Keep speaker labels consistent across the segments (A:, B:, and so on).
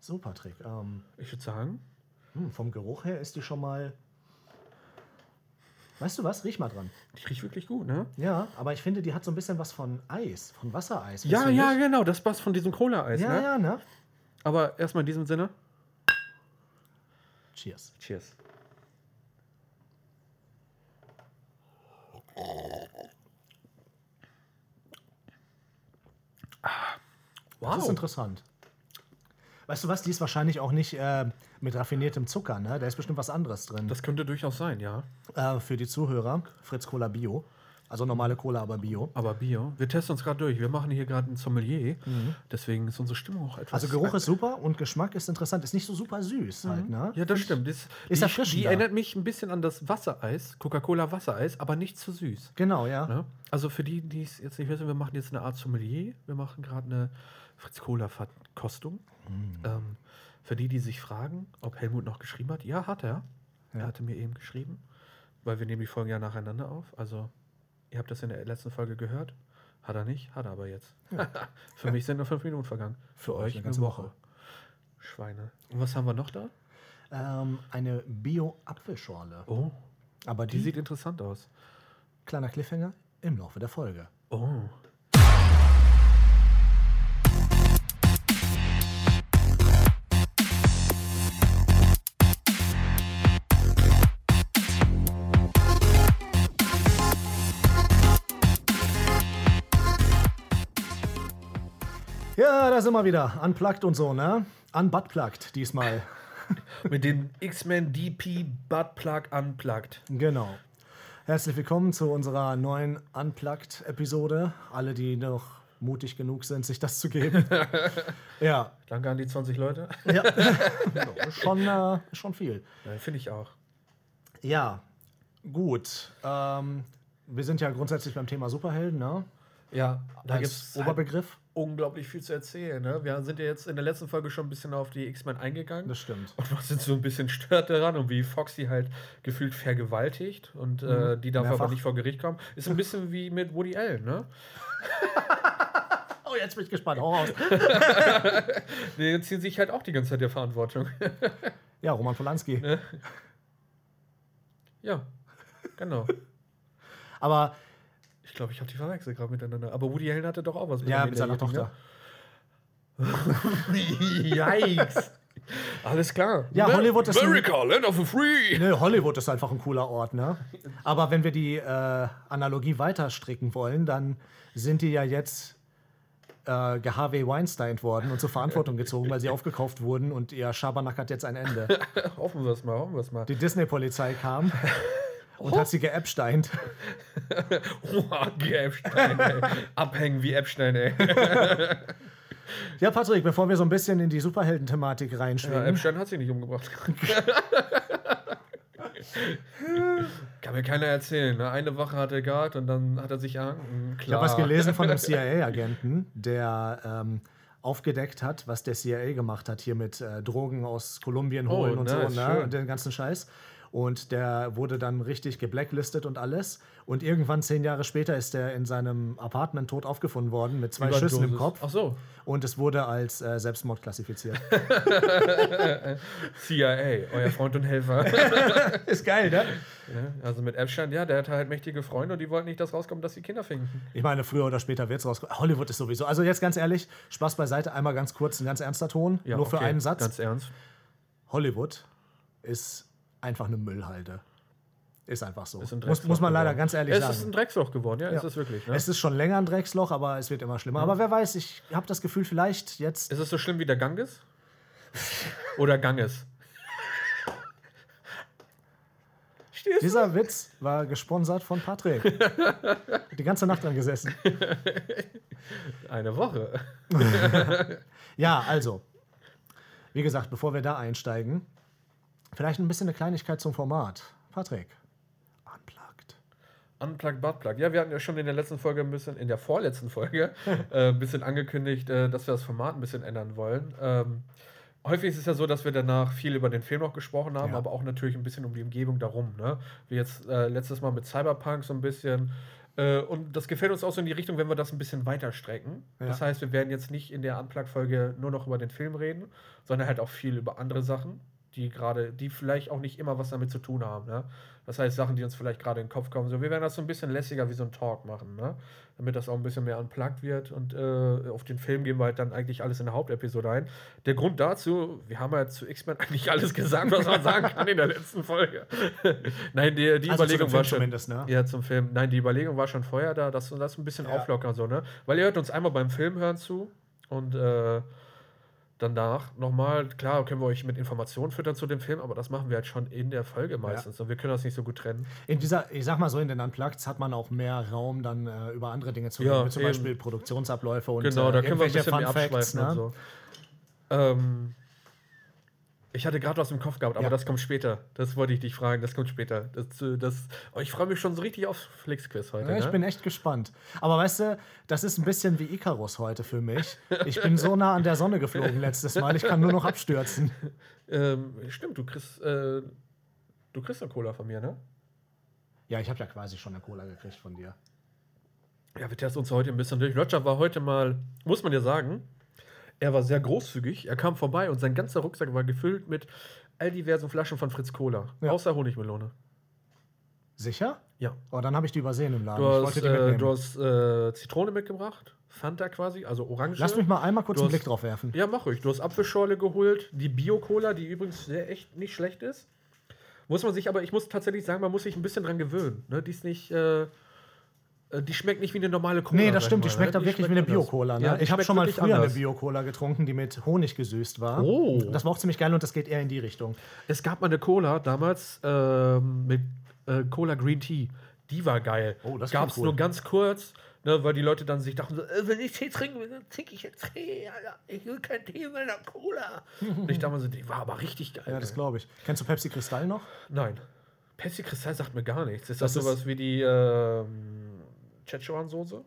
A: So, Patrick. Ähm,
B: Ich würde sagen,
A: hm, vom Geruch her ist die schon mal. Weißt du was? Riech mal dran.
B: die riecht wirklich gut, ne?
A: Ja, aber ich finde, die hat so ein bisschen was von Eis, von Wassereis.
B: Ja,
A: findest du
B: ja,
A: nicht?
B: genau, das passt von diesem Cola-Eis,
A: Ja,
B: ne?
A: ja, ne?
B: Aber erstmal in diesem Sinne,
A: Cheers.
B: cheers. Ah, Wow.
A: Das ist interessant. Weißt du was? Die ist wahrscheinlich auch nicht äh, mit raffiniertem Zucker, ne? Da ist bestimmt was anderes drin.
B: Das könnte durchaus sein, ja.
A: Äh, für die Zuhörer, Fritz Cola Bio. Also normale Cola, aber Bio.
B: Aber Bier, wir testen uns gerade durch. Wir machen hier gerade ein Sommelier. Deswegen ist unsere Stimmung auch etwas.
A: Also Geruch ist super und Geschmack ist interessant. Ist nicht so super süß halt, ne?
B: Mhm. Ja, das stimmt. Das,
A: Ist
B: die,
A: erfrischend
B: die
A: da.
B: erinnert mich ein bisschen an das Wassereis, Coca-Cola-Wassereis, aber nicht zu süß.
A: Genau, ja.
B: Ne? Also für die, die es jetzt nicht wissen, wir machen jetzt eine Art Sommelier. Wir machen gerade eine Fritz-Cola-Verkostung. Ähm, für die, die sich fragen, ob Helmut noch geschrieben hat, ja, hat er.
A: Ja.
B: Er hatte mir eben geschrieben, weil wir nehmen die Folgen ja nacheinander auf. Also, ihr habt das in der letzten Folge gehört. Hat er nicht, hat er aber jetzt. für mich sind nur fünf Minuten vergangen. Für euch eine ganze Woche. Schweine. Und was haben wir noch da?
A: Ähm, eine Bio-Apfelschorle.
B: Oh,
A: Aber
B: die
A: die,
B: sieht interessant aus.
A: kleiner Cliffhanger, im Laufe der Folge.
B: Oh.
A: Ja, da sind wir wieder. Unplugged und so, ne? Unbuttplugged diesmal.
B: Mit dem X-Men DP Butt Plug Unplugged.
A: Genau. Herzlich willkommen zu unserer neuen Unplugged-Episode. Alle, die noch mutig genug sind, sich das zu geben. ja,
B: Danke an die 20 Leute.
A: ja. schon, äh, schon viel.
B: Ja, Finde ich auch.
A: Ja, gut. Ähm, wir sind ja grundsätzlich beim Thema Superhelden, ne?
B: Ja, da gibt
A: Als
B: es halt
A: Oberbegriff.
B: unglaublich viel zu erzählen. Ne? Wir sind ja jetzt in der letzten Folge schon ein bisschen auf die X-Men eingegangen.
A: Das stimmt.
B: Und was jetzt so ein bisschen stört daran und wie Foxy halt gefühlt vergewaltigt und äh, die darf
A: Mhm. Mehrfach.
B: aber nicht vor Gericht kommen, ist ein bisschen wie mit Woody Allen, ne?
A: Oh, jetzt bin ich gespannt. Hau raus.
B: Die ziehen sich halt auch die ganze Zeit der Verantwortung.
A: Ja, Roman Polanski.
B: ja, genau.
A: Aber
B: Ich glaube, ich habe die verwechselt gerade miteinander. Aber Woody Allen hatte doch auch was
A: ja,
B: der
A: mit seiner
B: Minderjährigen,
A: Tochter.
B: ne? Yikes. Alles klar.
A: Ja,
B: Ma-
A: Hollywood ist ein-
B: America, Land of the Free.
A: Ne, Hollywood ist einfach ein cooler Ort, ne? Aber wenn wir die äh, Analogie weiterstricken wollen, dann sind die ja jetzt äh, Harvey Weinstein worden und zur Verantwortung gezogen, weil sie aufgekauft wurden und ihr Schabernack hat jetzt ein Ende.
B: Hoffen wir es mal, hoffen wir es mal.
A: Die Disney-Polizei kam und hat sie geäppsteint.
B: Oha, die Epstein, ey. Abhängen wie Epstein, ey.
A: Ja, Patrick, bevor wir so ein bisschen in die Superhelden-Thematik
B: Ja,
A: reinschwingen.
B: Epstein hat sie nicht umgebracht. Kann mir keiner erzählen. Ne? Eine Woche hat er gehabt und dann hat er sich erhangen. Mhm,
A: Ich habe
B: Klar.
A: was gelesen von einem CIA-Agenten, der ähm, aufgedeckt hat, was der CIA gemacht hat, hier mit äh, Drogen aus Kolumbien holen und
B: Oh, nice,
A: so, ne?
B: schön.
A: und den ganzen Scheiß. Und der wurde dann richtig geblacklistet und alles. Und irgendwann, zehn Jahre später, ist er in seinem Apartment tot aufgefunden worden mit zwei Schüssen im
B: Überdosis.
A: Kopf.
B: Ach so,
A: Und es wurde als äh, Selbstmord klassifiziert.
B: CIA, euer Freund und Helfer.
A: ist geil, ne?
B: Ne? also mit Epstein, ja, der hatte halt mächtige Freunde und die wollten nicht, dass rauskommt, dass die Kinder finden.
A: Ich meine, früher oder später wird es rauskommen. Hollywood ist sowieso. Also jetzt ganz ehrlich, Spaß beiseite, einmal ganz kurz, ein ganz ernster Ton,
B: Ja,
A: nur für
B: okay,
A: einen Satz.
B: Ganz ernst.
A: Hollywood ist einfach eine Müllhalde. Ist einfach so.
B: Ist ein
A: muss,
B: Drecksloch
A: muss man leider
B: geworden.
A: ganz ehrlich
B: es
A: sagen.
B: ist ein Drecksloch geworden, ja, es
A: Ja.
B: ist wirklich. Ne?
A: Es ist schon länger ein Drecksloch, aber es wird immer schlimmer. Aber wer weiß, ich habe das Gefühl, vielleicht jetzt.
B: Ist Mhm. es so schlimm wie der Ganges? Oder Ganges? Stehst
A: Dieser Witz war gesponsert von Patrick. Die ganze Nacht dran gesessen.
B: Eine Woche.
A: Ja, also. Wie gesagt, bevor wir da einsteigen, vielleicht ein bisschen eine Kleinigkeit zum Format. Patrick. Unplugged.
B: Unplugged Buttplug. Ja, wir hatten ja schon in der letzten Folge ein bisschen, in der vorletzten Folge, äh, ein bisschen angekündigt, äh, dass wir das Format ein bisschen ändern wollen. Ähm, häufig ist es ja so, dass wir danach viel über den Film noch gesprochen haben,
A: Ja.
B: aber auch natürlich ein bisschen um die Umgebung darum. Ne? Wie jetzt äh, letztes Mal mit Cyberpunk so ein bisschen, Äh, und das gefällt uns auch so in die Richtung, wenn wir das ein bisschen weiter strecken.
A: Ja.
B: Das heißt, wir werden jetzt nicht in der Unplugged-Folge nur noch über den Film reden, sondern halt auch viel über andere Sachen, die gerade, die vielleicht auch nicht immer was damit zu tun haben. Ne? Das heißt, Sachen, die uns vielleicht gerade in den Kopf kommen. So, wir werden das so ein bisschen lässiger wie so ein Talk machen, ne? damit das auch ein bisschen mehr unplugged wird. Und äh, auf den Film gehen wir halt dann eigentlich alles in der Hauptepisode ein. Der Grund dazu, wir haben ja halt zu X-Men eigentlich alles gesagt, was man sagen kann in der letzten Folge. Nein, die, die
A: Also zu dem
B: Überlegung
A: Film
B: war schon.
A: zumindest, ne?
B: Ja, zum Film. Nein, die Überlegung war schon vorher da, dass wir das ein bisschen
A: Ja.
B: auflockern, so, ne? Weil ihr hört uns einmal beim Film hören zu und äh, danach nochmal, klar, können wir euch mit Informationen füttern zu dem Film, aber das machen wir halt schon in der Folge meistens und wir können das nicht so gut trennen.
A: In dieser, ich sag mal so, in den Unplugged hat man auch mehr Raum, dann äh, über andere Dinge zu
B: Ja,
A: reden, wie zum
B: eben.
A: Beispiel Produktionsabläufe und
B: genau, da
A: äh,
B: können wir ein
A: irgendwelche
B: bisschen mehr
A: Fun Facts.
B: abschweifen
A: Ne?
B: und so. Ähm, ich hatte gerade was im Kopf gehabt, aber
A: Ja.
B: das kommt später. Das wollte ich dich fragen, das kommt später. Das, äh, das, oh, ich freue mich schon so richtig aufs Flixquiz heute.
A: Ja, ich
B: ne?
A: bin echt gespannt. Aber weißt du, das ist ein bisschen wie Icarus heute für mich. Ich bin so nah an der Sonne geflogen letztes Mal, ich kann nur noch abstürzen.
B: Ähm, stimmt, du kriegst, äh, du kriegst eine Cola von mir, ne?
A: Ja, ich habe ja quasi schon eine Cola gekriegt von dir.
B: Ja, wir testen uns heute ein bisschen durch. Roger war heute mal, muss man ja sagen, er war sehr großzügig. Er kam vorbei und sein ganzer Rucksack war gefüllt mit all diversen Flaschen von Fritz Cola.
A: Ja.
B: Außer Honigmelone.
A: Sicher?
B: Ja.
A: Oh, dann habe ich die übersehen im Laden.
B: Du
A: ich
B: hast,
A: wollte die
B: äh,
A: mitnehmen.
B: du hast äh, Zitrone mitgebracht, Fanta quasi, also Orange.
A: Lass mich mal einmal kurz
B: du
A: einen
B: hast-
A: Blick drauf werfen.
B: Ja, mach ruhig. Du hast Apfelschorle geholt, die Bio-Cola, die übrigens sehr echt nicht schlecht ist. Muss man sich aber, ich muss tatsächlich sagen, man muss sich ein bisschen dran gewöhnen. Ne? Die ist nicht, äh, äh, die schmeckt nicht wie eine normale Cola.
A: Nee, das
B: sag
A: stimmt,
B: ich
A: die
B: mal, ne?
A: schmeckt da wirklich wie eine
B: schmeckt anders.
A: Bio-Cola. Ne?
B: Ja, die
A: ich habe
B: schmeckt
A: schon mal
B: wirklich
A: früher
B: anders.
A: eine Bio-Cola getrunken, die mit Honig gesüßt war.
B: Oh.
A: Das war auch ziemlich geil und das geht eher in die Richtung.
B: Es gab mal eine Cola damals ähm, mit äh, Cola Green Tea. Die war geil.
A: Oh, das
B: Gab es
A: klingt cool.
B: nur ganz kurz, ne, weil die Leute dann sich dachten, so, äh, wenn ich Tee trinken will, dann trinke ich jetzt Tee. Alter. Ich will keinen Tee, ich will eine Cola. Und ich dachte mir so, die war aber richtig geil.
A: Ja, das
B: ey.
A: glaube ich. Kennst du Pepsi Kristall noch?
B: Nein. Pepsi Kristall sagt mir gar nichts. Ist das,
A: Das ist-
B: sowas wie die ähm, Szechuan-Soße?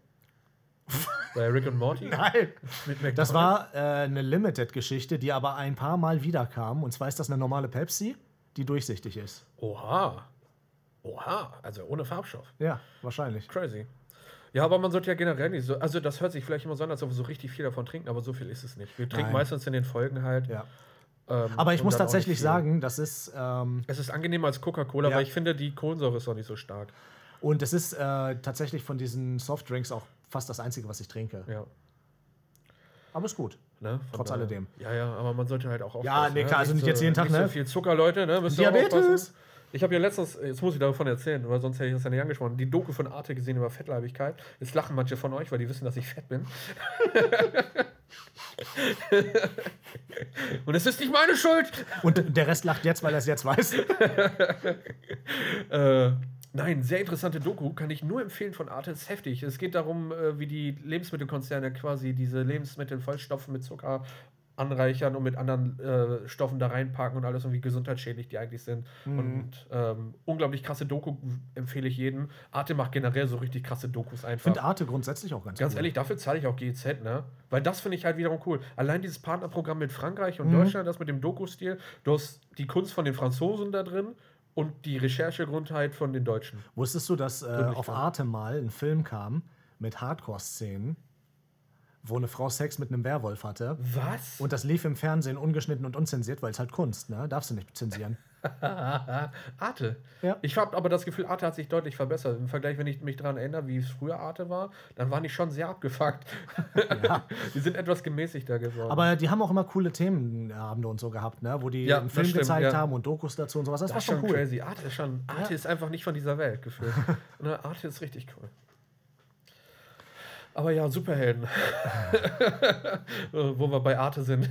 B: Bei Rick und Morty?
A: Nein.
B: Mit McDonald's?
A: Das war äh, eine Limited-Geschichte, die aber ein paar Mal wiederkam. Und zwar ist das eine normale Pepsi, die durchsichtig ist.
B: Oha. Oha. Also ohne Farbstoff.
A: Ja, wahrscheinlich.
B: Crazy. Ja, aber man sollte ja generell nicht so. Also, das hört sich vielleicht immer so an, als ob wir so richtig viel davon trinken, aber so viel ist es nicht. Wir trinken
A: Nein.
B: meistens in den Folgen halt.
A: Ja.
B: ähm,
A: Aber ich
B: und
A: muss
B: dann auch
A: tatsächlich
B: nicht viel.
A: sagen, das ist. Ähm,
B: Es ist angenehmer als Coca-Cola,
A: Ja.
B: weil ich finde, die Kohlensäure ist auch nicht so stark.
A: und es ist äh, tatsächlich von diesen Softdrinks auch fast das Einzige, was ich trinke.
B: Ja.
A: Aber ist gut.
B: Ne? Von
A: Trotz alledem.
B: Ja, ja, aber man sollte halt auch aufpassen.
A: Ja, nee, klar, also nicht jetzt jeden Tag,
B: nicht
A: ne?
B: So viel Zucker, Leute, ne? Müsst ihr auch
A: Diabetes!
B: aufpassen. Ich habe ja letztens, jetzt muss ich davon erzählen, weil sonst hätte ich das ja nicht angesprochen, die Doku von Arte gesehen über Fettleibigkeit. Jetzt lachen manche von euch, weil die wissen, dass ich fett bin. Und es ist nicht meine Schuld.
A: Und der Rest lacht jetzt, weil er es jetzt weiß.
B: Äh, nein, sehr interessante Doku, kann ich nur empfehlen von Arte, ist heftig. Es geht darum, äh, wie die Lebensmittelkonzerne quasi diese Lebensmittel vollstopfen mit Zucker anreichern und mit anderen äh, Stoffen da reinpacken und alles und wie gesundheitsschädlich die eigentlich sind. Und ähm, unglaublich krasse Doku empfehle ich jedem. Arte macht generell so richtig krasse Dokus einfach.
A: Finde Arte grundsätzlich auch ganz,
B: Ganz
A: cool.
B: ehrlich, dafür zahle ich auch GEZ, ne? Weil das finde ich halt wiederum cool. Allein dieses Partnerprogramm mit Frankreich
A: Mhm.
B: und Deutschland, das mit dem Doku-Stil, du hast die Kunst von den Franzosen da drin und die Recherchegrundheit von den Deutschen.
A: Wusstest du, dass äh,
B: Wirklich
A: auf
B: krass.
A: Arte mal ein Film kam mit Hardcore-Szenen, wo eine Frau Sex mit einem Werwolf hatte?
B: Was?
A: Und das lief im Fernsehen ungeschnitten und unzensiert, weil es halt Kunst, ne? Darfst du nicht zensieren.
B: Arte.
A: Ja.
B: Ich habe aber das Gefühl, Arte hat sich deutlich verbessert. Im Vergleich, wenn ich mich daran erinnere, wie es früher Arte war, dann waren die schon sehr abgefuckt. Die sind etwas gemäßigter geworden.
A: Aber die haben auch immer coole Themenabende und so gehabt, ne? Wo die
B: Ja,
A: einen
B: das
A: Film
B: stimmt,
A: gezeigt
B: ja.
A: haben und Dokus dazu und sowas. Das,
B: das
A: war
B: ist
A: schon cool. Ah.
B: crazy. Arte ist, schon, Arte
A: Ja.
B: ist einfach nicht von dieser Welt gefühlt. ne, Arte ist richtig cool. Aber ja, Superhelden. Äh, Wo wir bei Arte sind.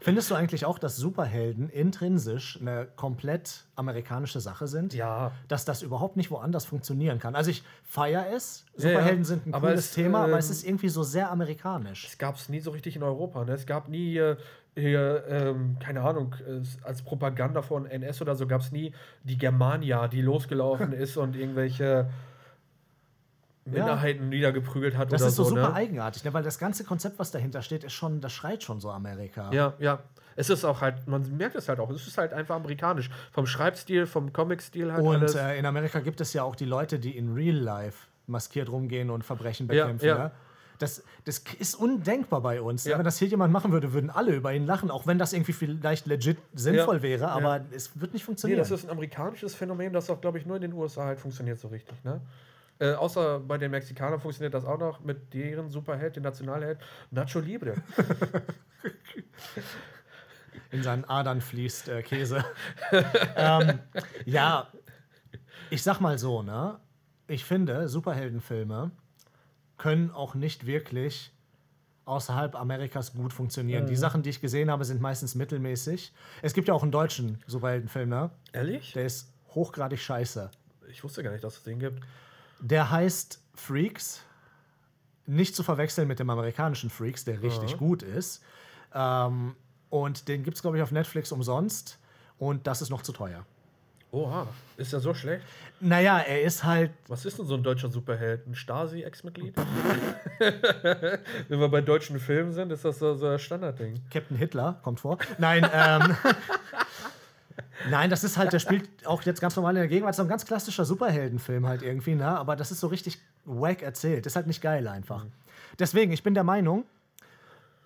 A: Findest du eigentlich auch, dass Superhelden intrinsisch eine komplett amerikanische Sache sind?
B: ja.
A: Dass das überhaupt nicht woanders funktionieren kann. Also ich feiere es.
B: Ja, ja.
A: Superhelden sind ein
B: Aber
A: cooles
B: es,
A: Thema, aber es
B: ähm,
A: ist irgendwie so sehr amerikanisch.
B: Es gab es nie so richtig in Europa. Ne? Es gab nie hier, hier ähm, keine Ahnung, es- als Propaganda von NS oder so gab es nie die Germania, die losgelaufen ist und irgendwelche Minderheiten niedergeprügelt hat
A: Das
B: oder
A: ist so,
B: so.
A: super
B: ne?
A: eigenartig, ne? weil das ganze Konzept, was dahinter steht, ist schon, das schreit schon so Amerika.
B: Ja, ja. Es ist auch halt, man merkt es halt auch, es ist halt einfach amerikanisch. Vom Schreibstil, vom Comic-Stil halt
A: Und
B: alles.
A: äh, in Amerika gibt es ja auch die Leute, die in Real Life maskiert rumgehen und Verbrechen
B: Ja,
A: bekämpfen.
B: ja.
A: Ne? Das, das ist undenkbar bei uns. ne?
B: Ja.
A: Wenn das hier jemand machen würde, würden alle über ihn lachen, auch wenn das irgendwie vielleicht legit sinnvoll wäre, aber es wird nicht
B: nee,
A: funktionieren.
B: das ist ein amerikanisches Phänomen, das auch, glaube ich, nur in den USA halt funktioniert so richtig, ne? Äh, außer bei den Mexikanern funktioniert das auch noch mit deren Superheld, den Nationalheld, Nacho Libre.
A: in seinen Adern fließt äh, Käse. ähm, ja, ich sag mal so, ne? Ich finde, Superheldenfilme können auch nicht wirklich außerhalb Amerikas gut funktionieren. Die Sachen, die ich gesehen habe, sind meistens mittelmäßig. Es gibt ja auch einen deutschen Superheldenfilm, ne?
B: Ehrlich?
A: Der ist hochgradig scheiße.
B: Ich wusste gar nicht, dass es den gibt.
A: Der heißt Freaks. Nicht zu verwechseln mit dem amerikanischen Freaks, der richtig gut ist. Ähm, und den gibt es, glaube ich, auf Netflix umsonst. Und das ist noch zu teuer.
B: Oha, ist ja so schlecht.
A: Naja, er ist halt.
B: Was ist denn so ein deutscher Superheld? Ein Stasi-Ex-Mitglied? Wenn wir bei deutschen Filmen sind, ist das so, so das Standardding.
A: Captain Hitler kommt vor. Nein, ähm, nein, das ist halt, der spielt auch jetzt ganz normal in der Gegenwart. So ein ganz klassischer Superheldenfilm halt irgendwie, ne? Aber das ist so richtig wack erzählt. Ist halt nicht geil
B: Mhm.
A: einfach. Deswegen, ich bin der Meinung,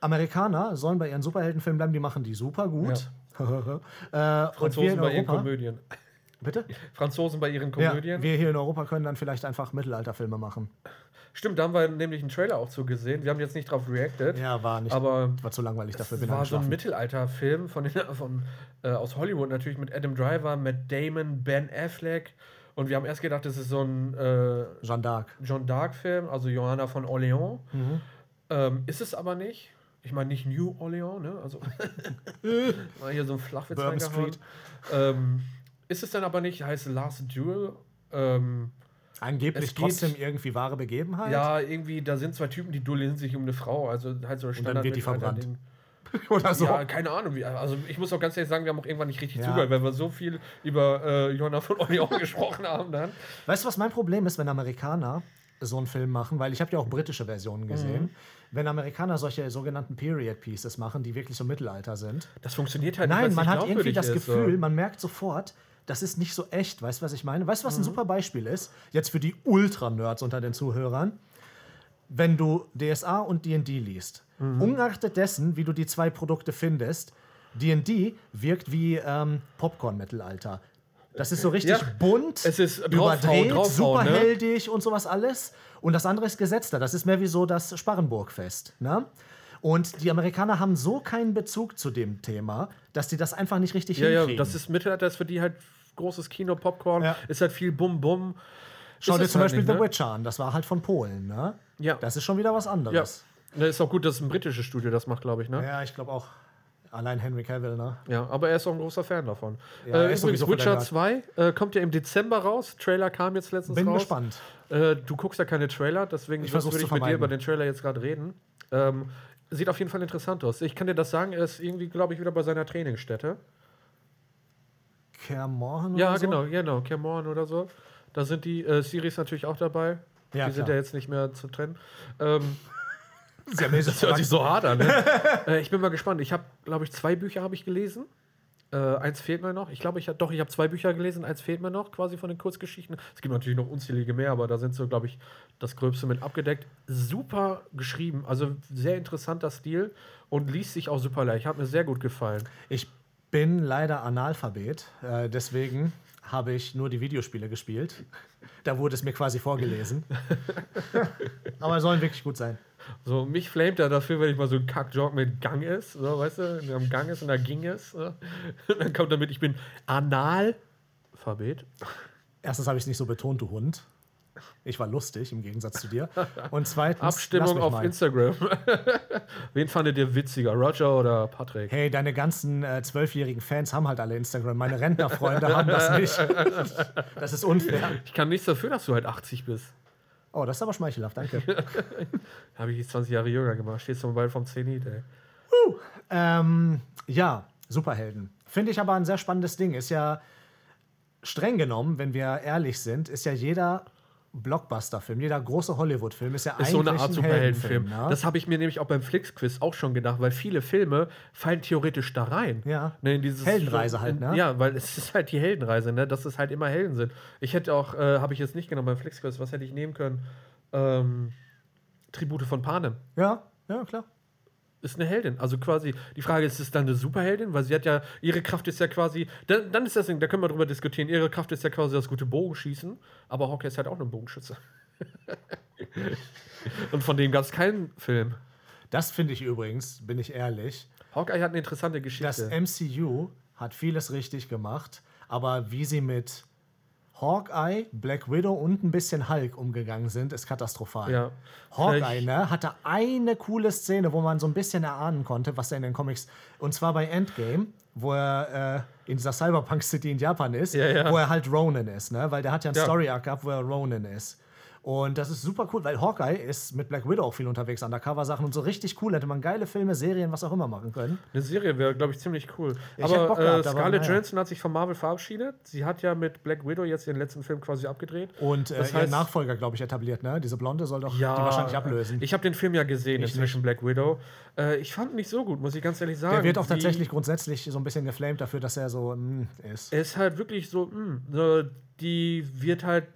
A: Amerikaner sollen bei ihren Superheldenfilmen bleiben, die machen die super gut. äh, und wir
B: Franzosen
A: in
B: bei ihren
A: Europa,
B: Komödien.
A: bitte?
B: Franzosen bei ihren
A: Ja,
B: Komödien.
A: wir hier in Europa können dann vielleicht einfach Mittelalterfilme machen.
B: Stimmt, da haben wir nämlich einen Trailer auch zu gesehen. Wir haben jetzt nicht drauf reacted,
A: Ja, war nicht.
B: aber
A: war zu langweilig dafür.
B: es
A: Bin halt
B: war so ein
A: eingeschlafen.
B: Mittelalterfilm von, den- von äh, aus Hollywood natürlich mit Adam Driver, Matt Damon, Ben Affleck. Und wir haben erst gedacht, das ist so ein äh,
A: Jeanne d'Arc.
B: John Dark-Film, also Johanna von Orleans.
A: Mhm.
B: Ähm, ist es aber nicht. Ich meine nicht New Orleans, ne? Also mal hier so ein Flachwitz
A: Bourbon
B: reingehauen.
A: Street.
B: Ähm, ist es dann aber nicht, heißt Last Duel. Ähm,
A: Angeblich
B: Es geht-
A: trotzdem irgendwie wahre Begebenheit.
B: ja, irgendwie, da sind zwei Typen, die duellieren sich um eine Frau. Also halt so ein Standard.
A: wird die verbrannt.
B: Ding.
A: Oder so.
B: Ja, keine Ahnung. wie- Also ich muss auch ganz ehrlich sagen, wir haben auch irgendwann nicht richtig
A: Ja.
B: zugehört, weil wir so viel über äh, Johanna von Orleans gesprochen haben dann.
A: Weißt du, was mein Problem ist, wenn Amerikaner so einen Film machen, weil ich habe ja auch britische Versionen gesehen, wenn Amerikaner solche sogenannten Period Pieces machen, die wirklich so Mittelalter sind.
B: Das funktioniert halt
A: Nein,
B: nicht. weil es
A: man
B: nicht
A: hat irgendwie
B: glaubwürdig
A: das
B: ist, so.
A: Gefühl, man merkt sofort, das ist nicht so echt. Weißt du, was ich meine? Weißt du,
B: Mhm.
A: was ein super Beispiel ist? Jetzt für die Ultra-Nerds unter den Zuhörern. Wenn du DSA und D&D liest,
B: Mhm.
A: ungeachtet dessen, wie du die zwei Produkte findest, D&D wirkt wie ähm, Popcorn-Mittelalter. Das ist so richtig
B: Ja.
A: bunt,
B: Es ist draufhauen,
A: überdreht,
B: draufhauen, ne?
A: superheldig und sowas alles. Und das andere ist gesetzter. Das ist mehr wie so das Sparrenburg-Fest. Ne? Und die Amerikaner haben so keinen Bezug zu dem Thema, dass die das einfach nicht richtig
B: Ja, ja,
A: hinkriegen.
B: das ist Mittelalter, ist für die halt großes Kino, Popcorn,
A: Ja.
B: ist halt viel Bum-Bum.
A: Schau
B: ist
A: dir
B: es
A: zum
B: halt
A: Beispiel
B: nicht,
A: The
B: ne?
A: Witcher an. Das war halt von Polen. Ne?
B: Ja.
A: Das ist schon wieder was
B: Ja.
A: anderes.
B: Na, ist auch gut, dass ein britisches Studio das macht, glaube ich,
A: Ja,
B: ne?
A: ich glaube auch. Allein Henry Cavill, ne?
B: Ja. aber er ist auch ein großer Fan davon.
A: Ja, er
B: äh,
A: ist
B: übrigens,
A: sowieso von der
B: Witcher 2 äh, kommt ja im Dezember raus. Trailer kam jetzt letztens
A: Bin
B: raus.
A: gespannt.
B: Äh, du guckst ja keine Trailer, deswegen
A: Ich
B: sonst
A: versuch's
B: würde
A: zu
B: ich mit dir
A: vermeiden.
B: über den Trailer jetzt gerade reden. Ähm, sieht auf jeden Fall interessant aus. Ich kann dir das sagen, er ist irgendwie, glaube ich, wieder bei seiner Trainingsstätte.
A: Kermorhen
B: Ja,
A: oder so?
B: genau, genau. Cameron oder so. Da sind die äh, Series natürlich auch dabei.
A: Ja,
B: die sind
A: klar.
B: ja jetzt nicht mehr zu trennen. Ähm,
A: Sie haben
B: Das hört sich so hart an. Ne? äh, ich bin mal gespannt. Ich habe, glaube ich, zwei Bücher habe ich gelesen. Äh, eins fehlt mir noch. Ich glaube, ich hab, doch, ich habe zwei Bücher gelesen. Eins fehlt mir noch, quasi von den Kurzgeschichten. Es gibt natürlich noch unzählige mehr, aber da sind so, glaube ich, das Gröbste mit abgedeckt. Super geschrieben, also sehr interessanter Stil und liest sich auch super leicht. Hat mir sehr gut gefallen.
A: Ich bin leider Analphabet, äh, deswegen habe ich nur die Videospiele gespielt. Da wurde es mir quasi vorgelesen. Aber sollen wirklich gut sein.
B: So, mich flamet er dafür, wenn ich mal so ein Kack-Jog mit Gang ist, so, weißt du, wenn er am Gang ist und da ging es. So. Und dann kommt damit, ich bin Analphabet.
A: Erstens habe ich es nicht so betont, du Hund. Ich war lustig im Gegensatz zu dir. Und zweitens. lass
B: Abstimmung
A: mich
B: auf
A: mal.
B: Instagram. Wen fandet ihr witziger, Roger oder Patrick?
A: Hey, deine ganzen äh, zwölfjährigen Fans haben halt alle Instagram. Meine Rentnerfreunde haben das nicht. Das ist unfair.
B: Ich kann nichts dafür, dass du halt 80 bist.
A: Oh, das ist aber schmeichelhaft, danke.
B: Habe ich 20 Jahre jünger gemacht. Stehst du bald vom Zenit, ey.
A: Ähm, ja, Superhelden. Finde ich aber ein sehr spannendes Ding. Ist ja streng genommen, wenn wir ehrlich sind, ist ja jeder Blockbuster-Film, jeder große Hollywood-Film ist ja
B: Ist
A: eigentlich
B: so eine Art
A: ein
B: Superheldenfilm.
A: Heldenfilm, ne?
B: Das habe ich mir nämlich auch beim Flix-Quiz auch schon gedacht, weil viele Filme fallen theoretisch da rein.
A: Ja.
B: Ne, in dieses
A: Heldenreise halt, ne?
B: Ja, weil es ist halt die Heldenreise, ne? dass es halt immer Helden sind. Ich hätte auch, äh, habe ich jetzt nicht genommen beim Flix-Quiz, was hätte ich nehmen können? Ähm, Tribute von Panem.
A: Ja, ja, klar.
B: ist eine Heldin. Also quasi, die Frage ist, ist es dann eine Superheldin? Weil sie hat ja, ihre Kraft ist ja quasi, dann, dann ist das, Ding, da können wir drüber diskutieren, ihre Kraft ist ja quasi das gute Bogenschießen, aber Hawkeye ist halt auch ein Bogenschütze. Und von dem gab es keinen Film.
A: Das finde ich übrigens, bin ich ehrlich,
B: Hawkeye hat eine interessante
A: das
B: Geschichte.
A: MCU hat vieles richtig gemacht, aber wie sie mit Hawkeye, Black Widow und ein bisschen Hulk umgegangen sind, ist katastrophal.
B: Ja.
A: Hawkeye,
B: Vielleicht-
A: ne, hatte eine coole Szene, wo man so ein bisschen erahnen konnte, was er in den Comics, und zwar bei Endgame, wo er äh, in dieser Cyberpunk City in Japan ist,
B: Ja, ja.
A: wo er halt Ronin ist, ne, weil der hat ja einen
B: Ja.
A: Story Arc gehabt, wo er Ronin ist. Und das ist super cool, weil Hawkeye ist mit Black Widow auch viel unterwegs, Undercover-Sachen und so richtig cool. Hätte man geile Filme, Serien, was auch immer machen können.
B: Eine Serie wäre, glaube ich, ziemlich cool.
A: Ich hätte
B: aber
A: Bock gehabt,
B: äh,
A: aber
B: Scarlett
A: naja.
B: Johansson hat sich von Marvel verabschiedet. Sie hat ja mit Black Widow jetzt ihren letzten Film quasi abgedreht.
A: Und äh,
B: Das
A: ihren
B: heißt-
A: Nachfolger, glaube ich, etabliert, ne? Diese Blonde soll doch die wahrscheinlich ablösen.
B: Ich habe den Film ja gesehen,
A: Ich
B: inzwischen Black Widow. Äh, ich fand ihn nicht so gut, muss ich ganz ehrlich sagen.
A: der wird auch
B: Sie-
A: tatsächlich grundsätzlich so ein bisschen geflamed dafür, dass er so mm, ist.
B: Er ist halt wirklich so, mh, so, die wird halt,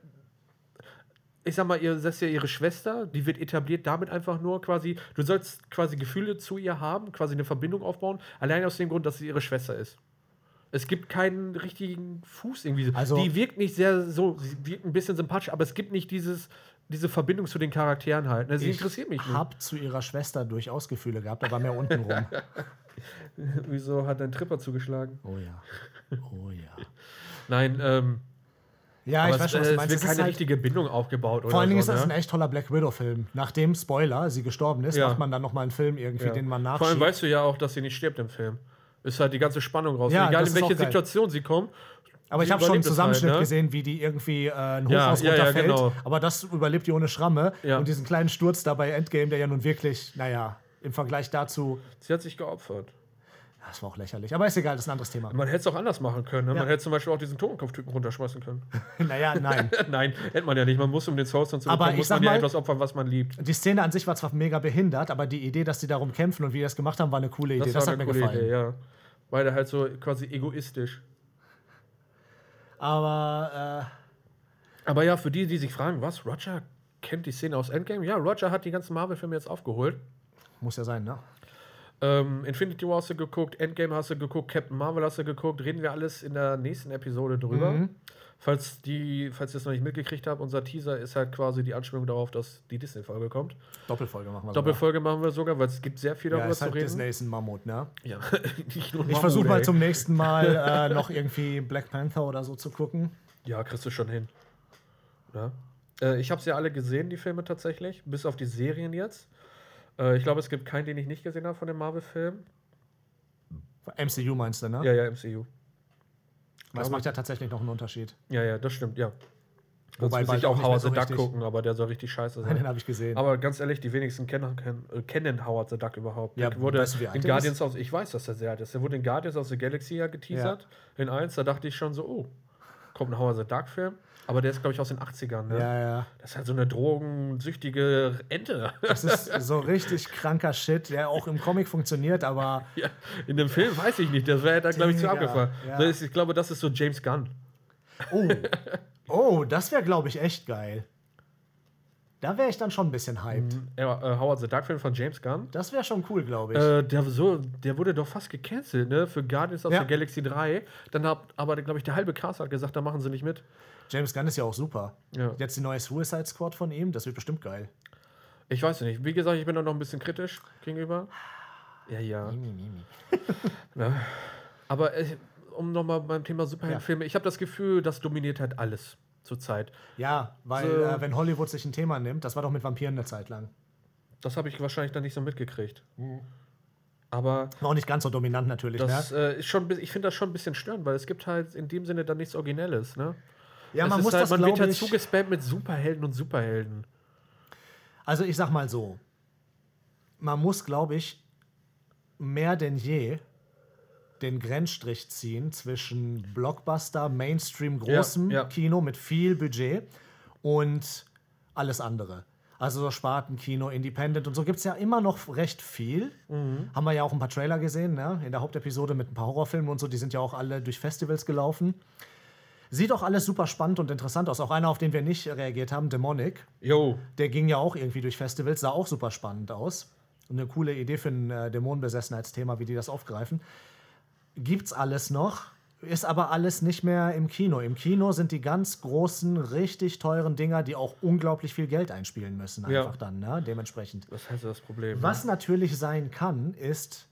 B: ich sag mal, ihr, das ist ja ihre Schwester, die wird etabliert damit einfach nur quasi, du sollst quasi Gefühle zu ihr haben, quasi eine Verbindung aufbauen, allein aus dem Grund, dass sie ihre Schwester ist. Es gibt keinen richtigen Fuß irgendwie.
A: Also-
B: die wirkt nicht sehr so, sie wirkt ein bisschen sympathisch, aber es gibt nicht dieses, diese Verbindung zu den Charakteren halt. Ne, Sie interessiert mich nicht.
A: Hab zu ihrer Schwester durchaus Gefühle gehabt, aber mehr unten rum.
B: Wieso hat dein Tripper zugeschlagen?
A: Oh ja. Oh ja.
B: Nein, ähm,
A: Ja,
B: aber
A: Ah, ich weiß schon, was du
B: es, äh, es
A: meinst.
B: wird
A: Es ist
B: keine
A: halt,
B: richtige Bindung aufgebaut.
A: vor allen Dingen ist
B: so,
A: das
B: ne?
A: ein echt toller Black Widow-Film. Nachdem, Spoiler, sie gestorben ist,
B: Ja.
A: macht man dann nochmal einen Film irgendwie,
B: Ja.
A: den man
B: Vor allem
A: nachschiebt.
B: weißt du ja auch, dass sie nicht stirbt im Film. Ist halt die ganze Spannung raus.
A: Ja,
B: Egal
A: das ist
B: in welche
A: auch geil.
B: Situation sie kommen.
A: aber ich
B: sie
A: habe schon einen
B: überlebt es
A: Zusammenschnitt
B: halt, ne?
A: gesehen, wie die irgendwie äh, ein
B: Ja,
A: Hochhaus
B: ja, ja,
A: runterfällt.
B: genau.
A: Aber das überlebt die ohne Schramme.
B: Ja.
A: Und diesen kleinen Sturz da bei Endgame, der ja nun wirklich, naja, im Vergleich dazu,
B: Sie hat sich geopfert.
A: das war auch lächerlich. Aber ist egal, das ist ein anderes Thema.
B: Man hätte es auch anders machen können. Ne? Man
A: Ja.
B: hätte zum Beispiel auch diesen Totenkopftypen runterschmeißen können.
A: naja, nein.
B: Nein, hätte man ja nicht. Man muss um den Soulstone zu
A: Aber
B: bekommen,
A: ich
B: muss
A: sag
B: man ja
A: mal-
B: etwas opfern, was man liebt.
A: Die Szene an sich war zwar mega behindert, aber die Idee, dass die darum kämpfen und wie die das gemacht haben, war eine coole Idee. Das, hat mir gefallen.
B: Idee, ja. Beide halt so quasi egoistisch.
A: Aber äh,
B: Aber ja, für die, die sich fragen, was, Roger kennt die Szene aus Endgame? Ja, Roger hat die ganzen Marvel-Filme jetzt aufgeholt.
A: äh, muss ja sein, ne?
B: Ähm, Infinity War hast du geguckt, Endgame hast du geguckt, Captain Marvel hast du geguckt. Reden wir alles in der nächsten Episode drüber.
A: Mhm.
B: Falls, die, falls ihr es noch nicht mitgekriegt habt, unser Teaser ist halt quasi die Anspielung darauf, dass die Disney-Folge kommt.
A: Doppelfolge machen wir.
B: Doppelfolge machen wir sogar, weil es gibt sehr viel
A: sogar. ja,
B: darüber
A: ist
B: zu
A: halt
B: reden.
A: Disney ist ein Mammut, ne?
B: Ja. Nicht nur
A: Ich
B: Mammut,
A: versuche mal
B: ey.
A: zum nächsten Mal äh, noch irgendwie Black Panther oder so zu gucken.
B: Ja, kriegst du schon hin. Ja. Äh, ich habe sie ja alle gesehen, die Filme tatsächlich, bis auf die Serien jetzt. Äh, ich glaube, es gibt keinen, den ich nicht gesehen habe von den Marvel-Filmen.
A: MCU meinst du, ne?
B: Ja, ja, MCU.
A: das
B: glaube-
A: macht ja tatsächlich noch einen Unterschied.
B: Ja, ja, das stimmt, ja.
A: Wobei
B: Wobei muss
A: bald
B: ich
A: auch
B: auch
A: nicht mehr
B: Howard
A: so
B: the Duck
A: richtig.
B: gucken, aber der soll richtig scheiße
A: Den
B: sein.
A: habe ich gesehen.
B: Aber ganz ehrlich, die wenigsten kennen, kennen, äh, kennen Howard the Duck überhaupt.
A: Ja,
B: der wurde
A: weißt du, wie alt
B: in
A: der
B: Guardians of ich weiß, dass er sehr alt ist. Der wurde in Guardians of the Galaxy ja geteasert. In 1, da dachte ich schon so, oh, kommt ein Howard the Duck Film, aber der ist glaube ich aus den 80ern, ne?
A: ja, ja.
B: Das ist halt so eine drogensüchtige Ente.
A: Das ist so richtig kranker Shit, der auch im Comic funktioniert, aber
B: Ja, in dem Film weiß ich nicht, das wäre da glaube ich zu
A: Digga,
B: abgefahren.
A: ja.
B: Das ist, ich glaube, das ist so James Gunn.
A: oh, oh, das wäre glaube ich echt geil. Da wäre ich dann schon ein bisschen hyped.
B: Ja, äh, Howard the Duck Film von James Gunn.
A: Das wäre schon cool, glaube ich.
B: Äh, der, so, der wurde doch fast gecancelt, ne? Für Guardians of
A: Ja.
B: the Galaxy 3. Dann hat aber, glaube ich, der halbe Cast hat gesagt, da machen sie nicht mit.
A: James Gunn ist ja auch super.
B: Ja.
A: Jetzt die neue Suicide Squad von ihm, das wird bestimmt geil.
B: Ich weiß nicht. Wie gesagt, ich bin da noch ein bisschen kritisch gegenüber. Ja, ja. Ne? Aber äh, um nochmal beim Thema Superheldenfilme, ich habe das Gefühl, das dominiert halt alles zurzeit.
A: Ja, weil
B: So.
A: äh, wenn Hollywood sich ein Thema nimmt, das war doch mit Vampiren eine Zeit lang.
B: Das habe ich wahrscheinlich dann nicht so mitgekriegt. Aber
A: War auch nicht ganz so dominant natürlich,
B: das
A: ne?
B: äh, ist schon, ein bi- ich finde das schon ein bisschen störend, weil es gibt halt in dem Sinne dann nichts Originelles, ne?
A: Ja,
B: Es
A: man
B: ist
A: muss
B: halt,
A: das,
B: man wird
A: glaube
B: halt
A: ich...
B: zugespammt mit Superhelden und Superhelden.
A: Also ich sag mal so, man muss, glaube ich, mehr denn je den Grenzstrich ziehen zwischen Blockbuster, Mainstream, großem
B: ja.
A: Kino mit viel Budget und alles andere. Also so Spartenkino, Independent und so gibt es ja immer noch recht viel. Haben wir ja auch ein paar Trailer gesehen, ne? in der Hauptepisode mit ein paar Horrorfilmen und so, die sind ja auch alle durch Festivals gelaufen. Sieht auch alles super spannend und interessant aus. Auch einer, auf den wir nicht reagiert haben, Demonic,
B: Jo,
A: der ging ja auch irgendwie durch Festivals, sah auch super spannend aus. Und eine coole Idee für ein äh, Dämonenbesessenheitsthema, wie die das aufgreifen. Gibt's alles noch, ist aber alles nicht mehr im Kino. Im Kino sind die ganz großen, richtig teuren Dinger, die auch unglaublich viel Geld einspielen müssen,
B: Ja.
A: einfach dann, ne? dementsprechend.
B: das heißt das Problem. ne?
A: Was natürlich sein kann, ist,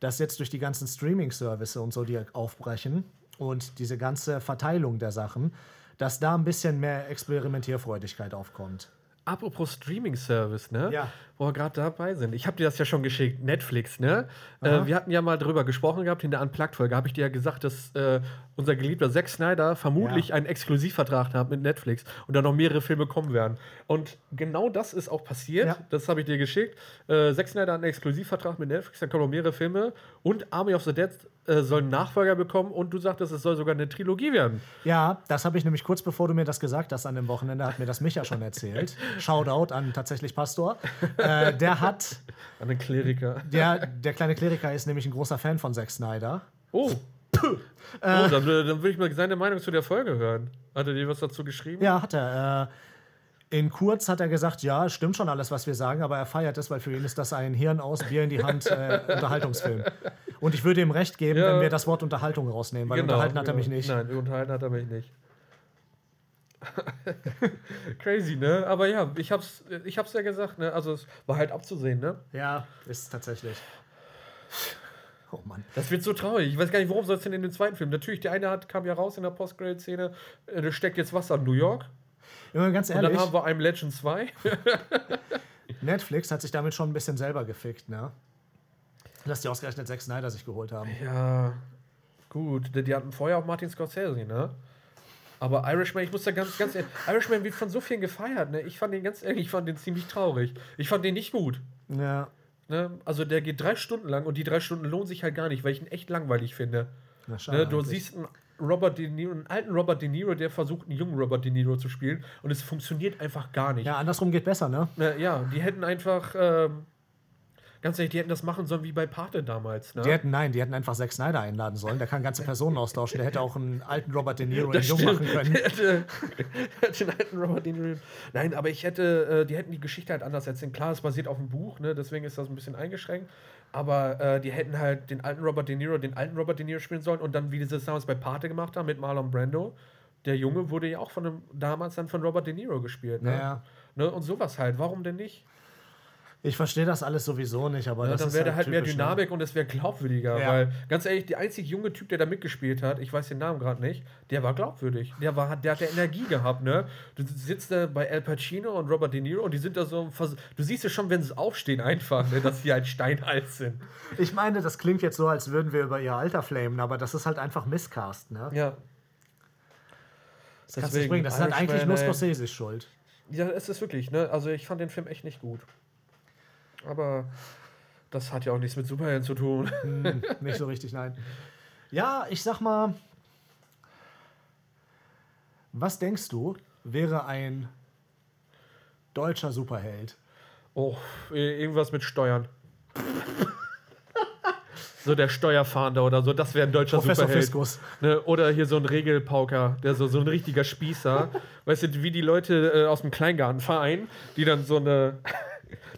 A: dass jetzt durch die ganzen Streaming-Services und so, die aufbrechen und diese ganze Verteilung der Sachen, dass da ein bisschen mehr Experimentierfreudigkeit aufkommt.
B: Apropos Streaming-Service, ne?
A: Ja.
B: Wo wir gerade dabei sind. Ich habe dir das ja schon geschickt, Netflix, ne?
A: Aha.
B: Äh, wir hatten ja mal drüber gesprochen gehabt in der Unplugged-Folge. Habe ich dir ja gesagt, dass äh, unser geliebter Zack Snyder vermutlich
A: Ja.
B: einen Exklusivvertrag hat mit Netflix und da noch mehrere Filme kommen werden. Und genau das ist auch passiert.
A: Ja.
B: Das habe ich dir geschickt. Äh, Zack Snyder hat einen Exklusivvertrag mit Netflix, da kommen noch mehrere Filme. Und Army of the Dead äh, soll einen Nachfolger bekommen und du sagtest, es soll sogar eine Trilogie werden.
A: Ja, das habe ich nämlich kurz bevor du mir das gesagt hast an dem Wochenende, hat mir das Micha schon erzählt. Shoutout an tatsächlich Pastor. Äh, der hat,
B: An den Kleriker.
A: der, der kleine Kleriker ist nämlich ein großer Fan von Zack Snyder.
B: Oh. oh
A: Äh.
B: dann, dann will ich mal seine Meinung zu der Folge hören. Hat er dir was dazu geschrieben?
A: Ja, hat er. Äh, in kurz hat er gesagt, ja, stimmt schon alles, was wir sagen, aber er feiert es, weil für ihn ist das ein Hirn aus, Bier in die Hand äh, Unterhaltungsfilm. Und ich würde ihm recht geben,
B: Ja. Genau.
A: wenn wir das Wort Unterhaltung rausnehmen, weil unterhalten hat er mich nicht.
B: Nein, unterhalten hat er mich nicht. Crazy, ne? Aber ja, ich hab's, ich hab's ja gesagt, ne? Also es war halt abzusehen, ne?
A: Ja, ist tatsächlich. Oh Mann.
B: Das wird so traurig. Ich weiß gar nicht, worum soll es denn in den zweiten Film? Natürlich, der eine hat, kam ja raus in der Post-Credit-Szene, äh, da steckt jetzt Wasser in New York.
A: Immer ganz
B: Und dann
A: ehrlich,
B: haben wir I'm Legend 2.
A: Netflix hat sich damit schon ein bisschen selber gefickt, ne? Dass die ausgerechnet Zack Snyder sich geholt haben.
B: Ja, gut. Die, die hatten vorher auch Martin Scorsese, ne? Aber Irishman, ich muss da ganz, ganz ehrlich, Irishman wird von so vielen gefeiert, ne? Ich fand den ganz ehrlich, ich fand den ziemlich traurig. Ich fand den nicht gut.
A: Ja,
B: Ne? Also der geht drei Stunden lang und die drei Stunden lohnen sich halt gar nicht, weil ich ihn echt langweilig finde.
A: na schade.
B: Ne? Du
A: eigentlich.
B: siehst einen Robert De Niro, einen alten Robert De Niro, der versucht, einen jungen Robert De Niro zu spielen und es funktioniert einfach gar nicht.
A: ja, andersrum geht besser, ne?
B: Ne? ja die hätten einfach, ähm, ganz ehrlich, die hätten das machen sollen wie bei Pate damals. Ne?
A: Die hätten, nein, die hätten einfach Zack Snyder einladen sollen. Der kann ganze Personen austauschen. Der hätte auch einen alten Robert De Niro in
B: Das
A: jung
B: stimmt.
A: machen können.
B: Der hätte, der hätte den alten Robert De Niro. Nein, aber ich hätte, äh, die hätten die Geschichte halt anders erzählen. Klar, es basiert auf dem Buch, ne, deswegen ist das ein bisschen eingeschränkt. Aber äh, die hätten halt den alten Robert De Niro, den alten Robert De Niro spielen sollen und dann, wie sie es damals bei Pate gemacht haben mit Marlon Brando. Der Junge wurde ja auch von einem, damals dann von Robert De Niro gespielt. Ne?
A: Naja.
B: Ne, und sowas halt. Warum denn nicht?
A: Ich verstehe das alles sowieso nicht, aber
B: Ne,
A: das
B: dann
A: ist
B: wäre
A: halt,
B: halt, mehr
A: typisch, ne?
B: Dynamik und es wäre glaubwürdiger.
A: Ja.
B: Weil, ganz ehrlich, der einzige junge Typ, der da mitgespielt hat, ich weiß den Namen gerade nicht, der war glaubwürdig. Der, war, der hat ja Energie gehabt, ne? Du sitzt da bei Al Pacino und Robert De Niro und die sind da so. vers- Du siehst es schon, wenn sie aufstehen, einfach, ne, dass sie halt steinalt sind.
A: Ich meine, das klingt jetzt so, als würden wir über ihr Alter flamen, aber das ist halt einfach Misscast, ne?
B: Ja.
A: das kannst du nicht bringen. Das ist halt eigentlich nur Scorsese's Schuld.
B: Ja, es ist wirklich, ne? Also ich fand den Film echt nicht gut. Aber das hat ja auch nichts mit Superhelden zu tun.
A: Hm, nicht so richtig, nein. Ja, ich sag mal, was denkst du, wäre ein deutscher Superheld?
B: Oh, i- irgendwas mit Steuern. so der Steuerfahnder oder so, das wäre ein deutscher
A: Professor
B: Superheld.
A: Fiskus.
B: Ne? Oder hier so ein Regelpauker, der so, so ein richtiger Spießer. weißt du, wie die Leute äh, aus dem Kleingartenverein, die dann so eine.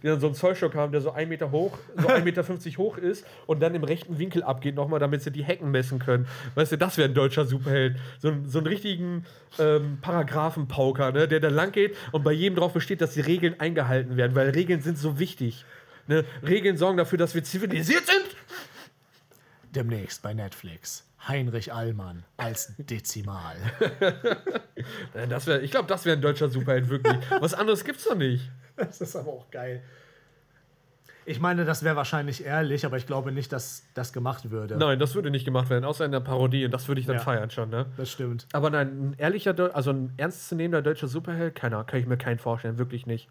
B: Die dann so einen Zollstock haben, der so 1 Meter hoch, so 1,50 Meter hoch ist und dann im rechten Winkel abgeht nochmal, damit sie die Hecken messen können. Weißt du, das wäre ein deutscher Superheld. So, ein- so einen richtigen ähm, Paragraphenpauker, ne, der da lang geht und bei jedem drauf besteht, dass die Regeln eingehalten werden, weil Regeln sind so wichtig. Ne? Regeln sorgen dafür, dass wir zivilisiert sind.
A: Demnächst bei Netflix. Heinrich Allmann als Dezimal.
B: Äh, Das wär, ich glaube, das wäre ein deutscher Superheld wirklich. Was anderes gibt's doch nicht.
A: Das ist aber auch geil. Ich meine, das wäre wahrscheinlich ehrlich, aber ich glaube nicht, dass das gemacht würde.
B: Nein, das würde nicht gemacht werden, außer in der Parodie. Und das würde ich dann
A: Ja.
B: feiern schon, ne?
A: Das stimmt.
B: Aber nein, ein ehrlicher, Deu- also ein ernstzunehmender deutscher Superheld, keiner, kann ich mir keinen vorstellen, wirklich nicht.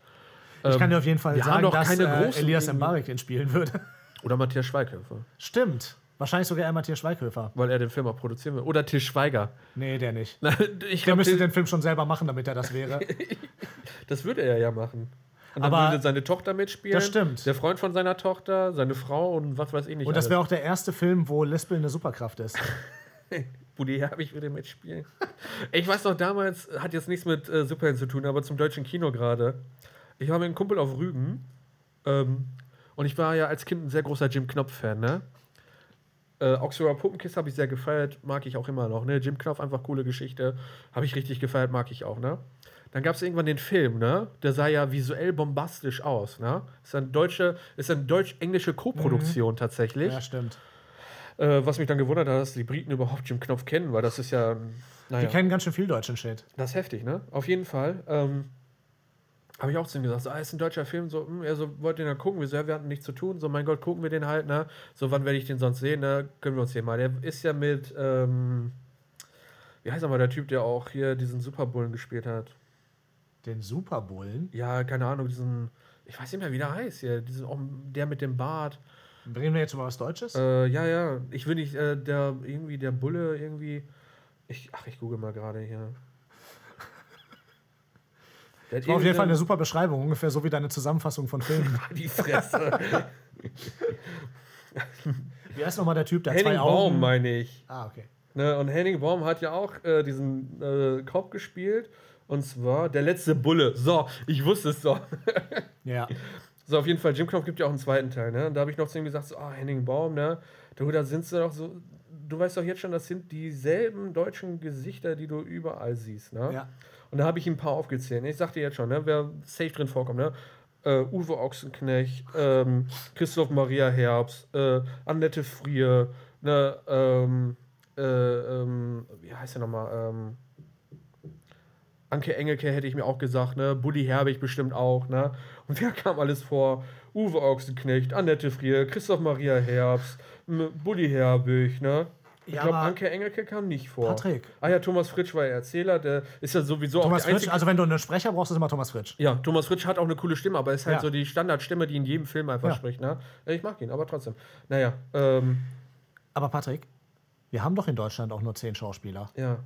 A: Ich kann dir auf jeden Fall
B: Ähm, wir haben
A: sagen,
B: doch
A: dass
B: keine
A: äh,
B: großen
A: Elias
B: Dinge.
A: Mbarek den spielen würde.
B: Oder Matthias Schweighöfer.
A: Stimmt. Wahrscheinlich sogar einmal Tier Schweighöfer.
B: Weil er den Film auch produzieren will. Oder Til Schweiger.
A: Nee, der nicht.
B: ich
A: Der
B: glaube,
A: müsste den Film schon selber machen, damit er das wäre.
B: das würde er ja machen. Und dann
A: Aber-
B: würde seine Tochter mitspielen.
A: Das stimmt.
B: Der Freund von seiner Tochter, seine Frau und was weiß ich nicht.
A: Und das wäre auch der erste Film, wo Lispel eine Superkraft ist.
B: Buddy Herbig würde mitspielen. Ich weiß noch, damals hat jetzt nichts mit äh, Superhelden zu tun, aber zum deutschen Kino gerade. Ich war mit einem Kumpel auf Rügen ähm, und ich war ja als Kind ein sehr großer Jim Knopf-Fan, ne? Äh, Augsburger Puppenkiss habe ich sehr gefeiert, mag ich auch immer noch, ne? Jim Knopf, einfach coole Geschichte. Habe ich richtig gefeiert, mag ich auch, ne? Dann gab es irgendwann den Film, ne? Der sah ja visuell bombastisch aus, ne? Ist eine deutsche, ist eine deutsch-englische Koproduktion tatsächlich.
A: Ja, stimmt.
B: Äh, was mich dann gewundert hat, dass die Briten überhaupt Jim Knopf kennen, weil das ist ja.
A: Die
B: Naja,
A: kennen ganz schön viel deutschen Shit.
B: das ist heftig, ne? Auf jeden Fall. Ähm, habe ich auch zu ihm gesagt, so, ah, ist ein deutscher Film, so, hm, er so, wollt ihr dann gucken, wir, so, ja, wir hatten nichts zu tun, so, mein Gott, gucken wir den halt, ne? So, wann werde ich den sonst sehen, ne? Können wir uns den mal. Der ist ja mit, ähm, wie heißt nochmal der Typ, der auch hier diesen Superbullen gespielt hat?
A: Den Superbullen?
B: Ja, keine Ahnung, diesen, ich weiß nicht mehr, wie der heißt hier, diesen, auch der mit dem Bart.
A: Bringen wir jetzt mal was Deutsches?
B: Äh, ja, ja. Ich will nicht, äh, der irgendwie der Bulle irgendwie. Ich, ach, ich google mal gerade hier. Der hat
A: War auf jeden Fall eine
B: irgendeine-
A: super Beschreibung, ungefähr so wie deine Zusammenfassung von Filmen.
B: Ah, die Fresse.
A: Wie heißt nochmal der Typ, der hat
B: Henning
A: zwei
B: Baum
A: Augen?
B: meine ich.
A: ah, okay.
B: Ne? Und Henning Baum hat ja auch äh, diesen äh, Kopf gespielt. Und zwar der letzte Bulle. So, ich wusste es doch.
A: Ja.
B: So, auf jeden Fall, Jim Knopf gibt ja auch einen zweiten Teil, ne? Und da habe ich noch zu ihm gesagt, so, ah, Henning Baum, ne? Du, da sind sie doch so, du weißt doch jetzt schon, das sind dieselben deutschen Gesichter, die du überall siehst, ne?
A: ja.
B: Und da habe ich ihm ein paar aufgezählt. Ich sagte jetzt schon, ne? Wer safe drin vorkommt, ne? Äh, Uwe Ochsenknecht, ähm, Christoph Maria Herbst, äh, Annette Frier, ne? Ähm, äh, ähm, wie heißt der nochmal? Ähm, Anke Engelke hätte ich mir auch gesagt, ne? Buddy Herbig bestimmt auch, ne? Und wer kam alles vor? Uwe Ochsenknecht, Annette Frier, Christoph Maria Herbst, m- Buddy Herbig, ne? Ich
A: Ja,
B: glaube,
A: aber-
B: Anke Engelke kam nicht vor.
A: Patrick.
B: Ah ja, Thomas Fritsch war der Erzähler, der ist ja sowieso
A: Thomas
B: auch der
A: Fritsch,
B: einzige.
A: also wenn du einen Sprecher brauchst, ist immer Thomas Fritsch.
B: ja, Thomas Fritsch hat auch eine coole Stimme, aber ist halt
A: Ja.
B: so die Standardstimme, die in jedem Film einfach
A: Ja.
B: spricht. Ne? Ich mag ihn, aber trotzdem. Naja, ähm,
A: Aber Patrick, wir haben doch in Deutschland auch nur zehn Schauspieler.
B: ja.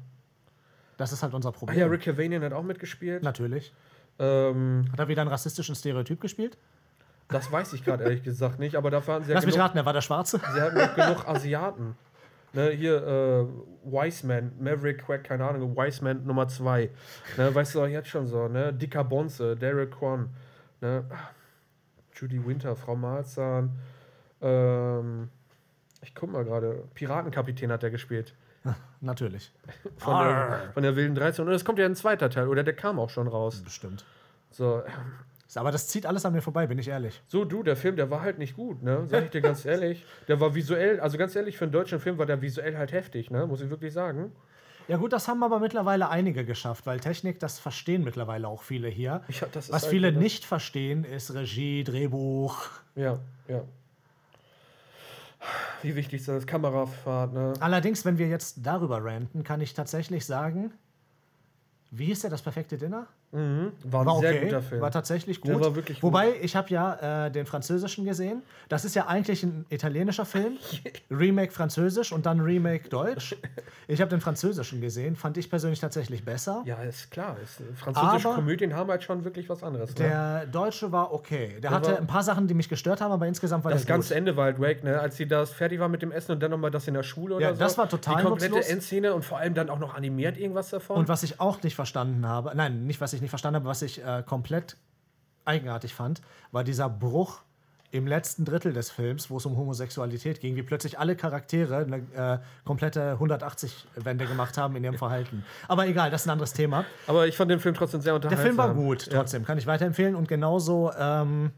A: Das ist halt unser
B: Ah ja,
A: Problem.
B: Rick Cavanian hat auch mitgespielt.
A: Natürlich.
B: Ähm,
A: Hat er wieder einen rassistischen Stereotyp gespielt?
B: das weiß ich gerade ehrlich gesagt nicht, aber dafür hatten sie ja
A: Lass mich
B: genug,
A: raten, er war der Schwarze.
B: sie hatten auch genug Asiaten. Ne, hier, äh, Wiseman, Maverick Quack, keine Ahnung, Wiseman Nummer 2. Ne, weißt du auch jetzt schon so, ne? Dicker Bonze, Derek Kwan, ne? Judy Winter, Frau Malzahn, ähm, ich guck mal gerade, Piratenkapitän hat er gespielt.
A: Natürlich.
B: Von der,
A: Arr.
B: von der Wilden 13. Und es kommt ja ein zweiter Teil, oder der kam auch schon raus.
A: Bestimmt.
B: So,
A: Aber das zieht alles an mir vorbei, bin ich ehrlich.
B: so du, der Film, der war halt nicht gut, ne? Sag ich dir ganz ehrlich. Der war visuell, also ganz ehrlich, für einen deutschen Film war der visuell halt heftig, ne? Muss ich wirklich sagen.
A: Ja gut, das haben aber mittlerweile einige geschafft, weil Technik, das verstehen mittlerweile auch viele hier.
B: Ich hab- das ist
A: Was
B: halt-
A: viele nicht verstehen, ist Regie, Drehbuch.
B: Ja, ja. Wie wichtig ist das? Kamerafahrt, ne?
A: Allerdings, wenn wir jetzt darüber ranten, kann ich tatsächlich sagen, wie hieß der das perfekte Dinner?
B: Mhm. War ein
A: War
B: sehr
A: okay,
B: guter Film.
A: war tatsächlich gut.
B: Der war wirklich gut.
A: Wobei, ich habe ja äh, den französischen gesehen. Das ist ja eigentlich ein italienischer Film. Remake französisch und dann Remake deutsch. Ich habe den französischen gesehen, fand ich persönlich tatsächlich besser.
B: ja, ist klar. Ist, französische
A: Aber-
B: Komödien haben halt schon wirklich was anderes. Ne?
A: Der deutsche war okay. Der, hatte
B: war-
A: ein paar Sachen, die mich gestört haben, aber insgesamt war
B: Das
A: der
B: ganze
A: gut.
B: Ende war halt wack, ne? Als sie das fertig war mit dem Essen und dann nochmal das in der Schule oder
A: Ja,
B: so.
A: das war total
B: Die komplette
A: nutzlos.
B: Endszene und vor allem dann auch noch animiert irgendwas davon.
A: Und was ich auch nicht verstanden habe, nein, nicht was ich nicht verstanden habe, was ich äh, komplett eigenartig fand, war dieser Bruch im letzten Drittel des Films, wo es um Homosexualität ging, wie plötzlich alle Charaktere eine äh, komplette 180-Wende gemacht haben in ihrem Verhalten. Aber egal, das ist ein anderes Thema.
B: Aber ich fand den Film trotzdem sehr
A: Der
B: unterhaltsam.
A: Film war gut, trotzdem, kann ich weiterempfehlen. Und genauso ähm,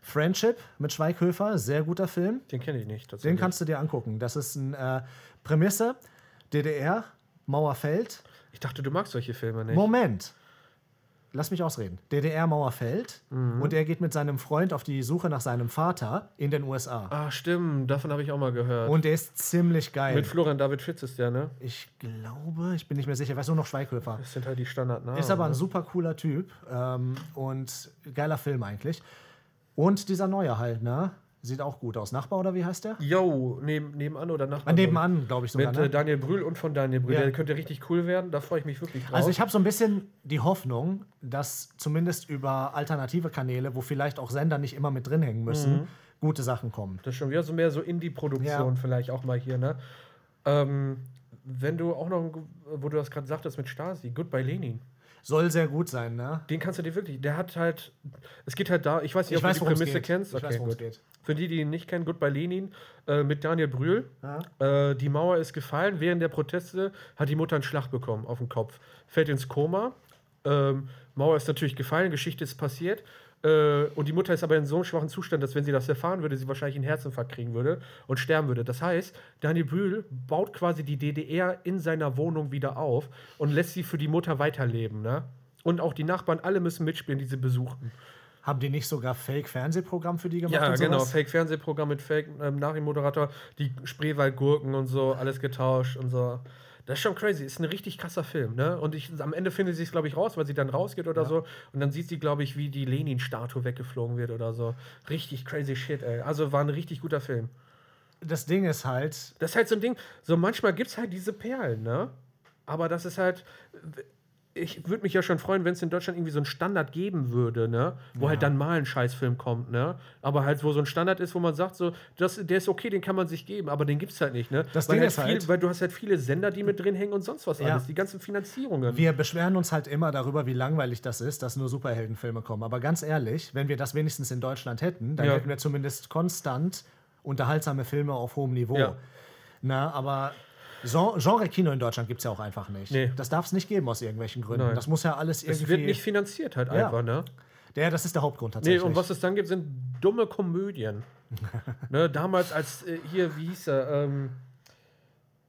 A: Friendship mit Schweighöfer, sehr guter Film.
B: Den kenne ich nicht. tatsächlich.
A: Den kannst du dir angucken. Das ist ein äh, Prämisse, DDR, Mauer fällt.
B: ich dachte, du magst solche Filme nicht.
A: Moment. Lass mich ausreden. DDR-Mauer fällt
B: Mhm.
A: und er geht mit seinem Freund auf die Suche nach seinem Vater in den USA.
B: ah, stimmt. Davon habe ich auch mal gehört.
A: Und der ist ziemlich geil.
B: Mit Florian David Fitz ist der, ne?
A: ich glaube, ich bin nicht mehr sicher, weiß nur noch Schweighöfer.
B: Das sind halt die Standardnamen.
A: Ist aber ein
B: ne?
A: super cooler Typ ähm, und geiler Film eigentlich. Und dieser neue halt, ne? Sieht auch gut aus. Nachbar oder wie heißt der?
B: Yo, neben, nebenan oder
A: Ah,
B: Nachbarn.
A: nebenan, glaube ich sogar.
B: Mit äh,
A: Ne?
B: Daniel Brühl und von Daniel Brühl.
A: Ja.
B: Der könnte richtig cool werden. Da freue ich mich wirklich drauf.
A: Also ich habe so ein bisschen die Hoffnung, dass zumindest über alternative Kanäle, wo vielleicht auch Sender nicht immer mit drin hängen müssen,
B: Mhm.
A: gute Sachen kommen.
B: das ist schon wieder so mehr so Indie-Produktion vielleicht auch mal hier, ne? Ähm, wenn du auch noch, ein gu- wo du das gerade sagtest mit Stasi, Goodbye Lenin.
A: Soll sehr gut sein, ne?
B: Den kannst du dir wirklich, der hat halt, es geht halt da, ich weiß
A: Ich
B: nicht, ob
A: weiß,
B: du die
A: worum's
B: Prämisse
A: geht.
B: kennst.
A: Ich weiß, worum's
B: gut.
A: geht.
B: Für die, die ihn nicht kennen, Goodbye Lenin äh, mit Daniel Brühl.
A: Ja.
B: Äh, die Mauer ist gefallen. Während der Proteste hat die Mutter einen Schlag bekommen auf den Kopf. Fällt ins Koma. Ähm, Mauer ist natürlich gefallen, Geschichte ist passiert. Äh, und die Mutter ist aber in so einem schwachen Zustand, dass wenn sie das erfahren würde, sie wahrscheinlich einen Herzinfarkt kriegen würde und sterben würde. Das heißt, Daniel Brühl baut quasi die DDR in seiner Wohnung wieder auf und lässt sie für die Mutter weiterleben. Ne? Und auch die Nachbarn, alle müssen mitspielen, die sie besuchen.
A: Haben die nicht sogar Fake-Fernsehprogramm für die gemacht?
B: Ja,
A: und
B: genau.
A: sowas?
B: Fake-Fernsehprogramm mit Fake-Nachrichtenmoderator, die Spreewaldgurken und so, alles getauscht und so. Das ist schon crazy. Ist ein richtig krasser Film, ne? Und ich, am Ende findet sie es, glaube ich, raus, weil sie dann rausgeht oder so. Und dann sieht sie, glaube ich, wie die Lenin-Statue weggeflogen wird oder so. Richtig crazy shit, ey. Also war ein richtig guter Film.
A: Das Ding ist halt,
B: Das ist halt so ein Ding. So manchmal gibt es halt diese Perlen, ne? Aber das ist halt. Ich würde mich ja schon freuen, wenn es in Deutschland irgendwie so einen Standard geben würde, ne? Wo halt dann mal ein Scheißfilm kommt, ne? Aber halt, wo so ein Standard ist, wo man sagt, so, das, der ist okay, den kann man sich geben, aber den gibt's halt nicht, ne?
A: Das
B: weil,
A: Ding
B: halt
A: ist
B: viel,
A: halt-
B: weil du hast halt viele Sender, die mit drin hängen und sonst was
A: Ja.
B: alles. Die ganzen Finanzierungen.
A: wir beschweren uns halt immer darüber, wie langweilig das ist, dass nur Superheldenfilme kommen. Aber ganz ehrlich, wenn wir das wenigstens in Deutschland hätten, dann
B: Ja.
A: hätten wir zumindest konstant unterhaltsame Filme auf hohem Niveau.
B: Ja.
A: Na, aber Gen- Genre-Kino in Deutschland gibt es ja auch einfach nicht.
B: Nee.
A: Das darf es nicht geben aus irgendwelchen Gründen.
B: Nein.
A: Das muss ja alles irgendwie.
B: es wird nicht finanziert halt
A: Ja.
B: einfach, ne?
A: ja, das ist der Hauptgrund
B: Nee,
A: tatsächlich.
B: und was es dann gibt, sind dumme Komödien. ne, damals als äh, hier, wie hieß er, ähm,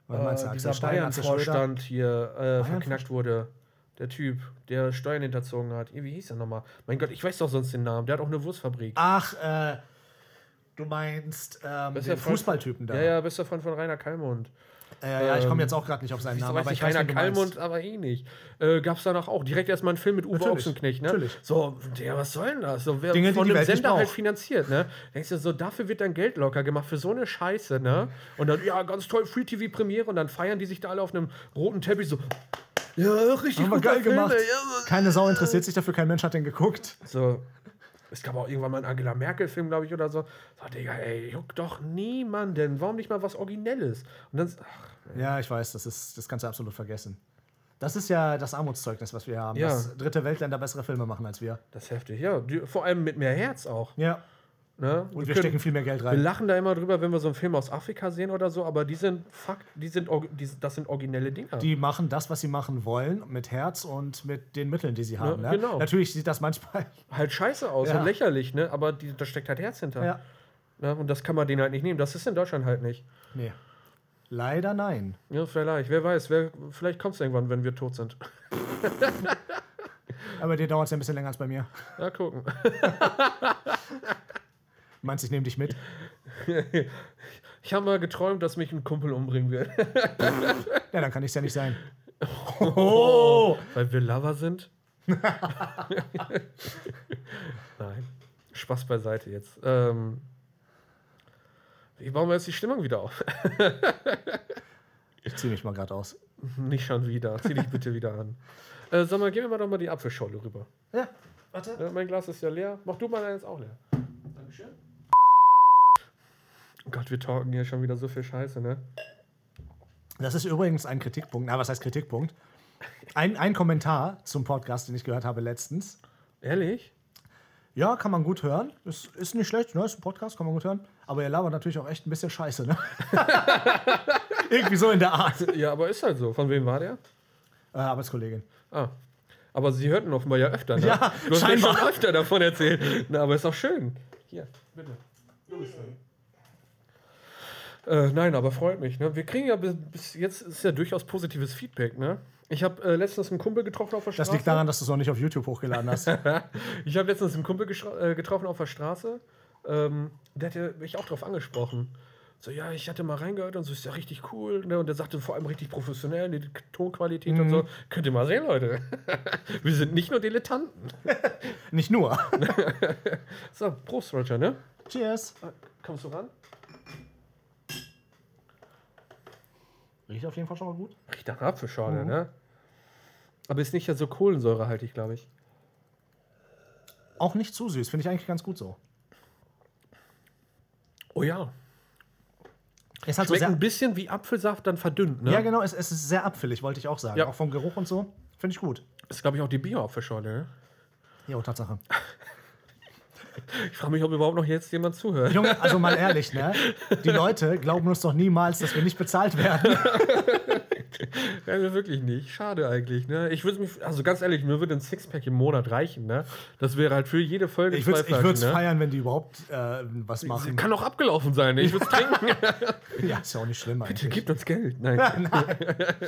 A: Warte mal,
B: äh,
A: Axel
B: dieser
A: Stein, Axel Schröder?
B: Bayern-Vorstand hier äh, verknackt wurde. Der Typ, der Steuern hinterzogen hat. Wie hieß er nochmal? Mein Gott, ich weiß doch sonst den Namen. Der hat auch eine Wurstfabrik.
A: Ach, äh, du meinst ähm,
B: Bester
A: den
B: Freund-
A: Fußballtypen da.
B: Ja, ja, bester Freund von Rainer Kalmund.
A: Äh, ja ich komme
B: Ähm,
A: jetzt auch gerade nicht auf seinen
B: Ich
A: Namen,
B: weiß
A: aber
B: nicht,
A: ich weiß,
B: Rainer
A: wen du meinst.
B: Kalmund, aber eh nicht. Äh, Gab es danach auch. Direkt erstmal einen Film mit Uwe
A: Natürlich,
B: Ochsenknecht. Ne?
A: natürlich.
B: So, der, was soll denn das? So, wer
A: Dinge, die
B: von
A: die
B: dem
A: Welt nicht
B: Sender halt
A: braucht.
B: finanziert. Ne? Denkst du, so, dafür wird dann Geld locker gemacht, für so eine Scheiße. Ne? Und dann, ja, ganz toll, Free-TV-Premiere. Und dann feiern die sich da alle auf einem roten Teppich so. Ja, richtig
A: Haben wir
B: guter
A: geil
B: Film,
A: gemacht.
B: ey, ja,
A: Keine Sau interessiert sich dafür, kein Mensch hat den geguckt.
B: So, es gab auch irgendwann mal einen Angela Merkel-Film, glaube ich, oder so. So, Digga, ey, juckt doch niemanden. Warum nicht mal was Originelles? Und dann, ach,
A: Ja, ich weiß, das, ist, das kannst du absolut vergessen. Das ist ja das Armutszeugnis, was wir haben,
B: Ja.
A: dass dritte Weltländer bessere Filme machen als wir.
B: das ist heftig. Ja, die, vor allem mit mehr Herz auch.
A: Ja,
B: Ne?
A: und wir
B: können-
A: stecken viel mehr Geld
B: wir
A: rein.
B: lachen da immer drüber, wenn wir so einen Film aus Afrika sehen oder so, aber die sind, fuck, die sind, orgi- die, das sind originelle Dinger.
A: Die machen das, was sie machen wollen, mit Herz und mit den Mitteln, die sie haben.
B: Ja,
A: ne?
B: genau.
A: Natürlich sieht das manchmal.
B: halt scheiße aus
A: Ja.
B: und lächerlich, ne? Aber die, da steckt halt Herz hinter.
A: Ja.
B: Ne? Und das kann man denen halt nicht nehmen. Das ist in Deutschland halt nicht.
A: Nee. Leider nein.
B: Ja, vielleicht, wer weiß, wer, vielleicht kommt es irgendwann, wenn wir tot sind.
A: Aber dir dauert es ja ein bisschen länger als bei mir.
B: Na, gucken.
A: Meinst du, ich nehme dich mit?
B: Ich habe mal geträumt, dass mich ein Kumpel umbringen wird.
A: Ja, dann kann ich es ja nicht sein. Oh!
B: Weil wir Lover sind? Nein. Spaß beiseite jetzt. Ähm, wie bauen wir jetzt die Stimmung wieder auf?
A: Ich ziehe mich mal gerade aus.
B: Nicht schon wieder. Zieh dich bitte wieder an. Äh, sag mal, gehen wir mal doch mal die Apfelschorle rüber.
A: Ja, warte.
B: Ja, mein Glas ist ja leer. Mach du mal deines auch leer. Dankeschön. Oh Gott, wir talken hier schon wieder so viel Scheiße, ne?
A: Das ist übrigens ein Kritikpunkt. Na, was heißt Kritikpunkt? Ein, ein Kommentar zum Podcast, den ich gehört habe letztens.
B: Ehrlich?
A: Ja, kann man gut hören. Ist, ist nicht schlecht, ne? Ist ein Podcast, kann man gut hören. Aber ihr labert natürlich auch echt ein bisschen Scheiße, ne? Irgendwie so in der Art. Äh,
B: Ja, aber ist halt so. Von wem war der?
A: Arbeitskollegin.
B: Ah. Aber sie hörten offenbar ja öfter, ne?
A: Ja,
B: du hast mir
A: scheinbar.
B: schon öfter davon erzählt. Na, aber ist doch schön. Hier, bitte. Äh, nein, aber freut mich. Ne? Wir kriegen ja bis, bis jetzt ist ja durchaus positives Feedback. Ne? Ich habe äh, letztens einen Kumpel getroffen auf der
A: Das
B: Straße.
A: liegt daran, dass du es noch nicht auf YouTube hochgeladen hast.
B: Ich habe letztens einen Kumpel geschra- äh, getroffen auf der Straße. Ähm, der hatte mich auch drauf angesprochen. So, ja, ich hatte mal reingehört und so, ist ja richtig cool. Ne? Und der sagte vor allem richtig professionell, die Tonqualität und so. Könnt ihr mal sehen, Leute. Wir sind nicht nur Dilettanten.
A: Nicht nur.
B: So, Prost, Roger, ne?
A: Cheers.
B: Kommst du ran?
A: Riecht auf jeden Fall schon mal gut.
B: Riecht nach Apfelschorle, ne? Aber ist nicht ja so kohlensäurehaltig, glaube ich.
A: Auch nicht zu süß, finde ich eigentlich ganz gut so.
B: Oh ja.
A: Ist halt so
B: Schmeckt
A: sehr,
B: ein bisschen wie Apfelsaft, dann verdünnt, ne?
A: ja, genau, es, es ist sehr apfelig, wollte ich auch sagen.
B: Ja.
A: Auch vom Geruch und so. Finde ich gut.
B: Ist, glaube ich, auch die Bio-Apfelschorle, ne?
A: Jo, Tatsache.
B: Ich frage mich, ob überhaupt noch jetzt jemand zuhört.
A: Junge, also mal ehrlich, ne? Die Leute glauben uns doch niemals, dass wir nicht bezahlt werden.
B: Ja, also wirklich nicht. Schade eigentlich, ne? Ich würde mich, also ganz ehrlich, mir würde ein Sixpack im Monat reichen, ne? Das wäre halt für jede Folge
A: Ich würde es
B: zwei Flaschen, ne?
A: feiern, wenn die überhaupt äh, was machen.
B: Kann auch abgelaufen sein, ne? Ich würde es trinken.
A: Ja, ist ja auch nicht schlimm
B: Bitte
A: eigentlich.
B: gebt uns Geld. Nein.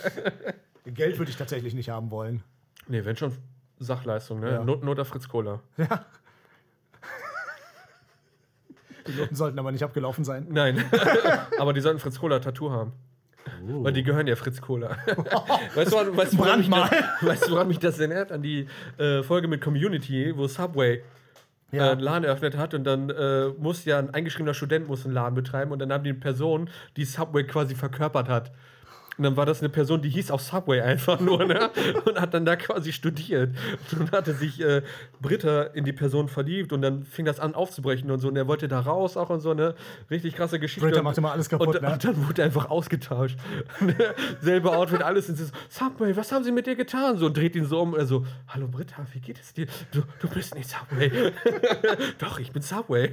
A: Geld würde ich tatsächlich nicht haben wollen.
B: Nee, wenn schon Sachleistung, ne?
A: Ja.
B: Not, Not der Fritz Cola.
A: Die Noten sollten aber nicht abgelaufen sein.
B: Nein. Aber die sollten Fritz Cola Tattoo haben.
A: Oh.
B: Weil die gehören ja Fritz Cola. weißt du, woran- weißt du, woran, mich das, weißt du, woran mich das erinnert? An die äh, Folge mit Community, wo Subway äh,
A: Ja.
B: einen Laden eröffnet hat und dann äh, muss ja ein eingeschriebener Student muss einen Laden betreiben und dann haben die eine Person, die Subway quasi verkörpert hat. Und dann war das eine Person, die hieß auch Subway einfach nur, ne? Und hat dann da quasi studiert. Und dann hatte sich äh, Britta in die Person verliebt und dann fing das an aufzubrechen und so. Und er wollte da raus auch und so, ne? Richtig krasse Geschichte.
A: Britta
B: und,
A: macht immer alles kaputt,
B: und,
A: ne?
B: und dann wurde einfach ausgetauscht. Selber Outfit, alles. Und sie so, Subway, was haben sie mit dir getan? So, und dreht ihn so um. Und er so, hallo Britta, wie geht es dir? Du, du bist nicht Subway. Doch, ich bin Subway.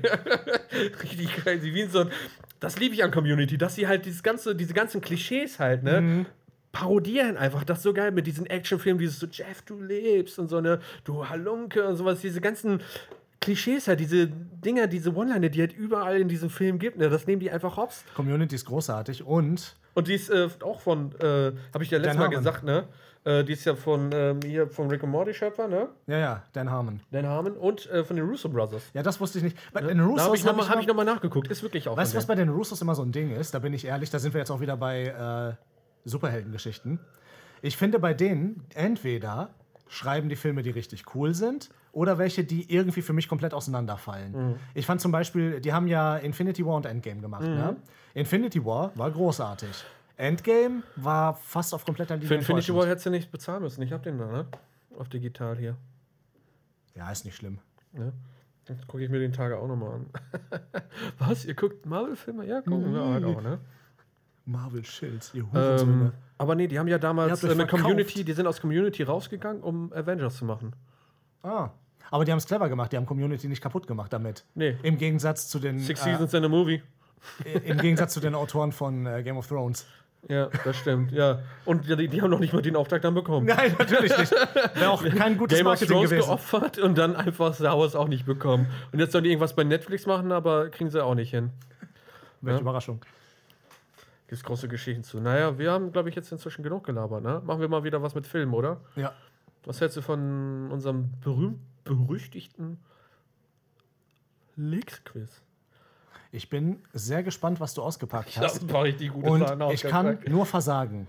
B: Richtig crazy. Wie in so ein, das liebe ich an Community, dass sie halt dieses ganze, diese ganzen Klischees halt, ne? Parodieren einfach das ist so geil mit diesen Actionfilmen, dieses so Jeff, du lebst und so eine du Halunke und sowas, diese ganzen Klischees halt, diese Dinger, diese One-Liner, die halt überall in diesem Film gibt, ne, das nehmen die einfach hops.
A: Community ist großartig und
B: Und die ist äh, auch von, äh, habe ich ja letztes
A: Dan
B: Mal
A: Harmon.
B: gesagt, ne? Äh, die ist ja von ähm, hier von Rick and Morty Schöpfer, ne?
A: ja, ja, Dan Harmon.
B: Dan Harmon und äh, von den Russo Brothers.
A: Ja, das wusste ich nicht. Bei
B: Ne?
A: den Russos
B: da habe ich
A: hab
B: nochmal hab
A: immer-
B: ich noch mal nachgeguckt. Ist wirklich auch.
A: Weißt du,
B: von
A: was bei den Russos immer so ein Ding ist? Da bin ich ehrlich, da sind wir jetzt auch wieder bei äh, Superheldengeschichten. Ich finde bei denen, entweder schreiben die Filme, die richtig cool sind, oder welche, die irgendwie für mich komplett auseinanderfallen.
B: Mhm.
A: Ich fand zum Beispiel, die haben ja Infinity War und Endgame gemacht. Ne?
B: Mhm.
A: Infinity War war großartig. Endgame war fast auf kompletter Linie.
B: Für Infinity
A: enttäuschend.
B: War hättest du nicht bezahlen müssen. Ich hab den da, ne? Auf digital hier.
A: Ja, ist nicht schlimm.
B: Ne? Jetzt gucke ich mir den Tage auch nochmal an. Was? Ihr guckt Marvel-Filme? Ja, gucken wir halt auch, ne?
A: Marvel Shields, ihr
B: Ähm,
A: Hurensöhne.
B: aber nee, die haben ja
A: Ihr
B: damals
A: habt euch
B: äh, mit
A: verkauft.
B: Community, die sind aus Community rausgegangen, um Avengers zu machen.
A: ah. Aber die haben es clever gemacht, die haben Community nicht kaputt gemacht damit.
B: Nee.
A: Im Gegensatz zu den
B: Six
A: äh,
B: Seasons in a Movie.
A: Im Gegensatz zu den Autoren von äh, Game of Thrones.
B: Ja, das stimmt, ja. Und die, die haben noch nicht mal den Auftrag dann bekommen.
A: Nein, natürlich nicht. Wäre auch kein gutes
B: Game of
A: Marketing
B: Thrones
A: gewesen.
B: geopfert und dann einfach Star Wars auch nicht bekommen. Und jetzt sollen die irgendwas bei Netflix machen, aber kriegen sie auch nicht hin.
A: Welche
B: Ja.
A: Überraschung.
B: Gibt es große Geschichten zu. Naja, wir haben, glaube ich, jetzt inzwischen genug gelabert, ne? Machen wir mal wieder was mit Film, oder?
A: Ja.
B: Was hältst du von unserem berühmt berüchtigten Leaks-Quiz?
A: Ich bin sehr gespannt, was du ausgepackt hast.
B: war richtig gute
A: Und
B: Sachen
A: ich
B: ausgepackt.
A: kann nur versagen.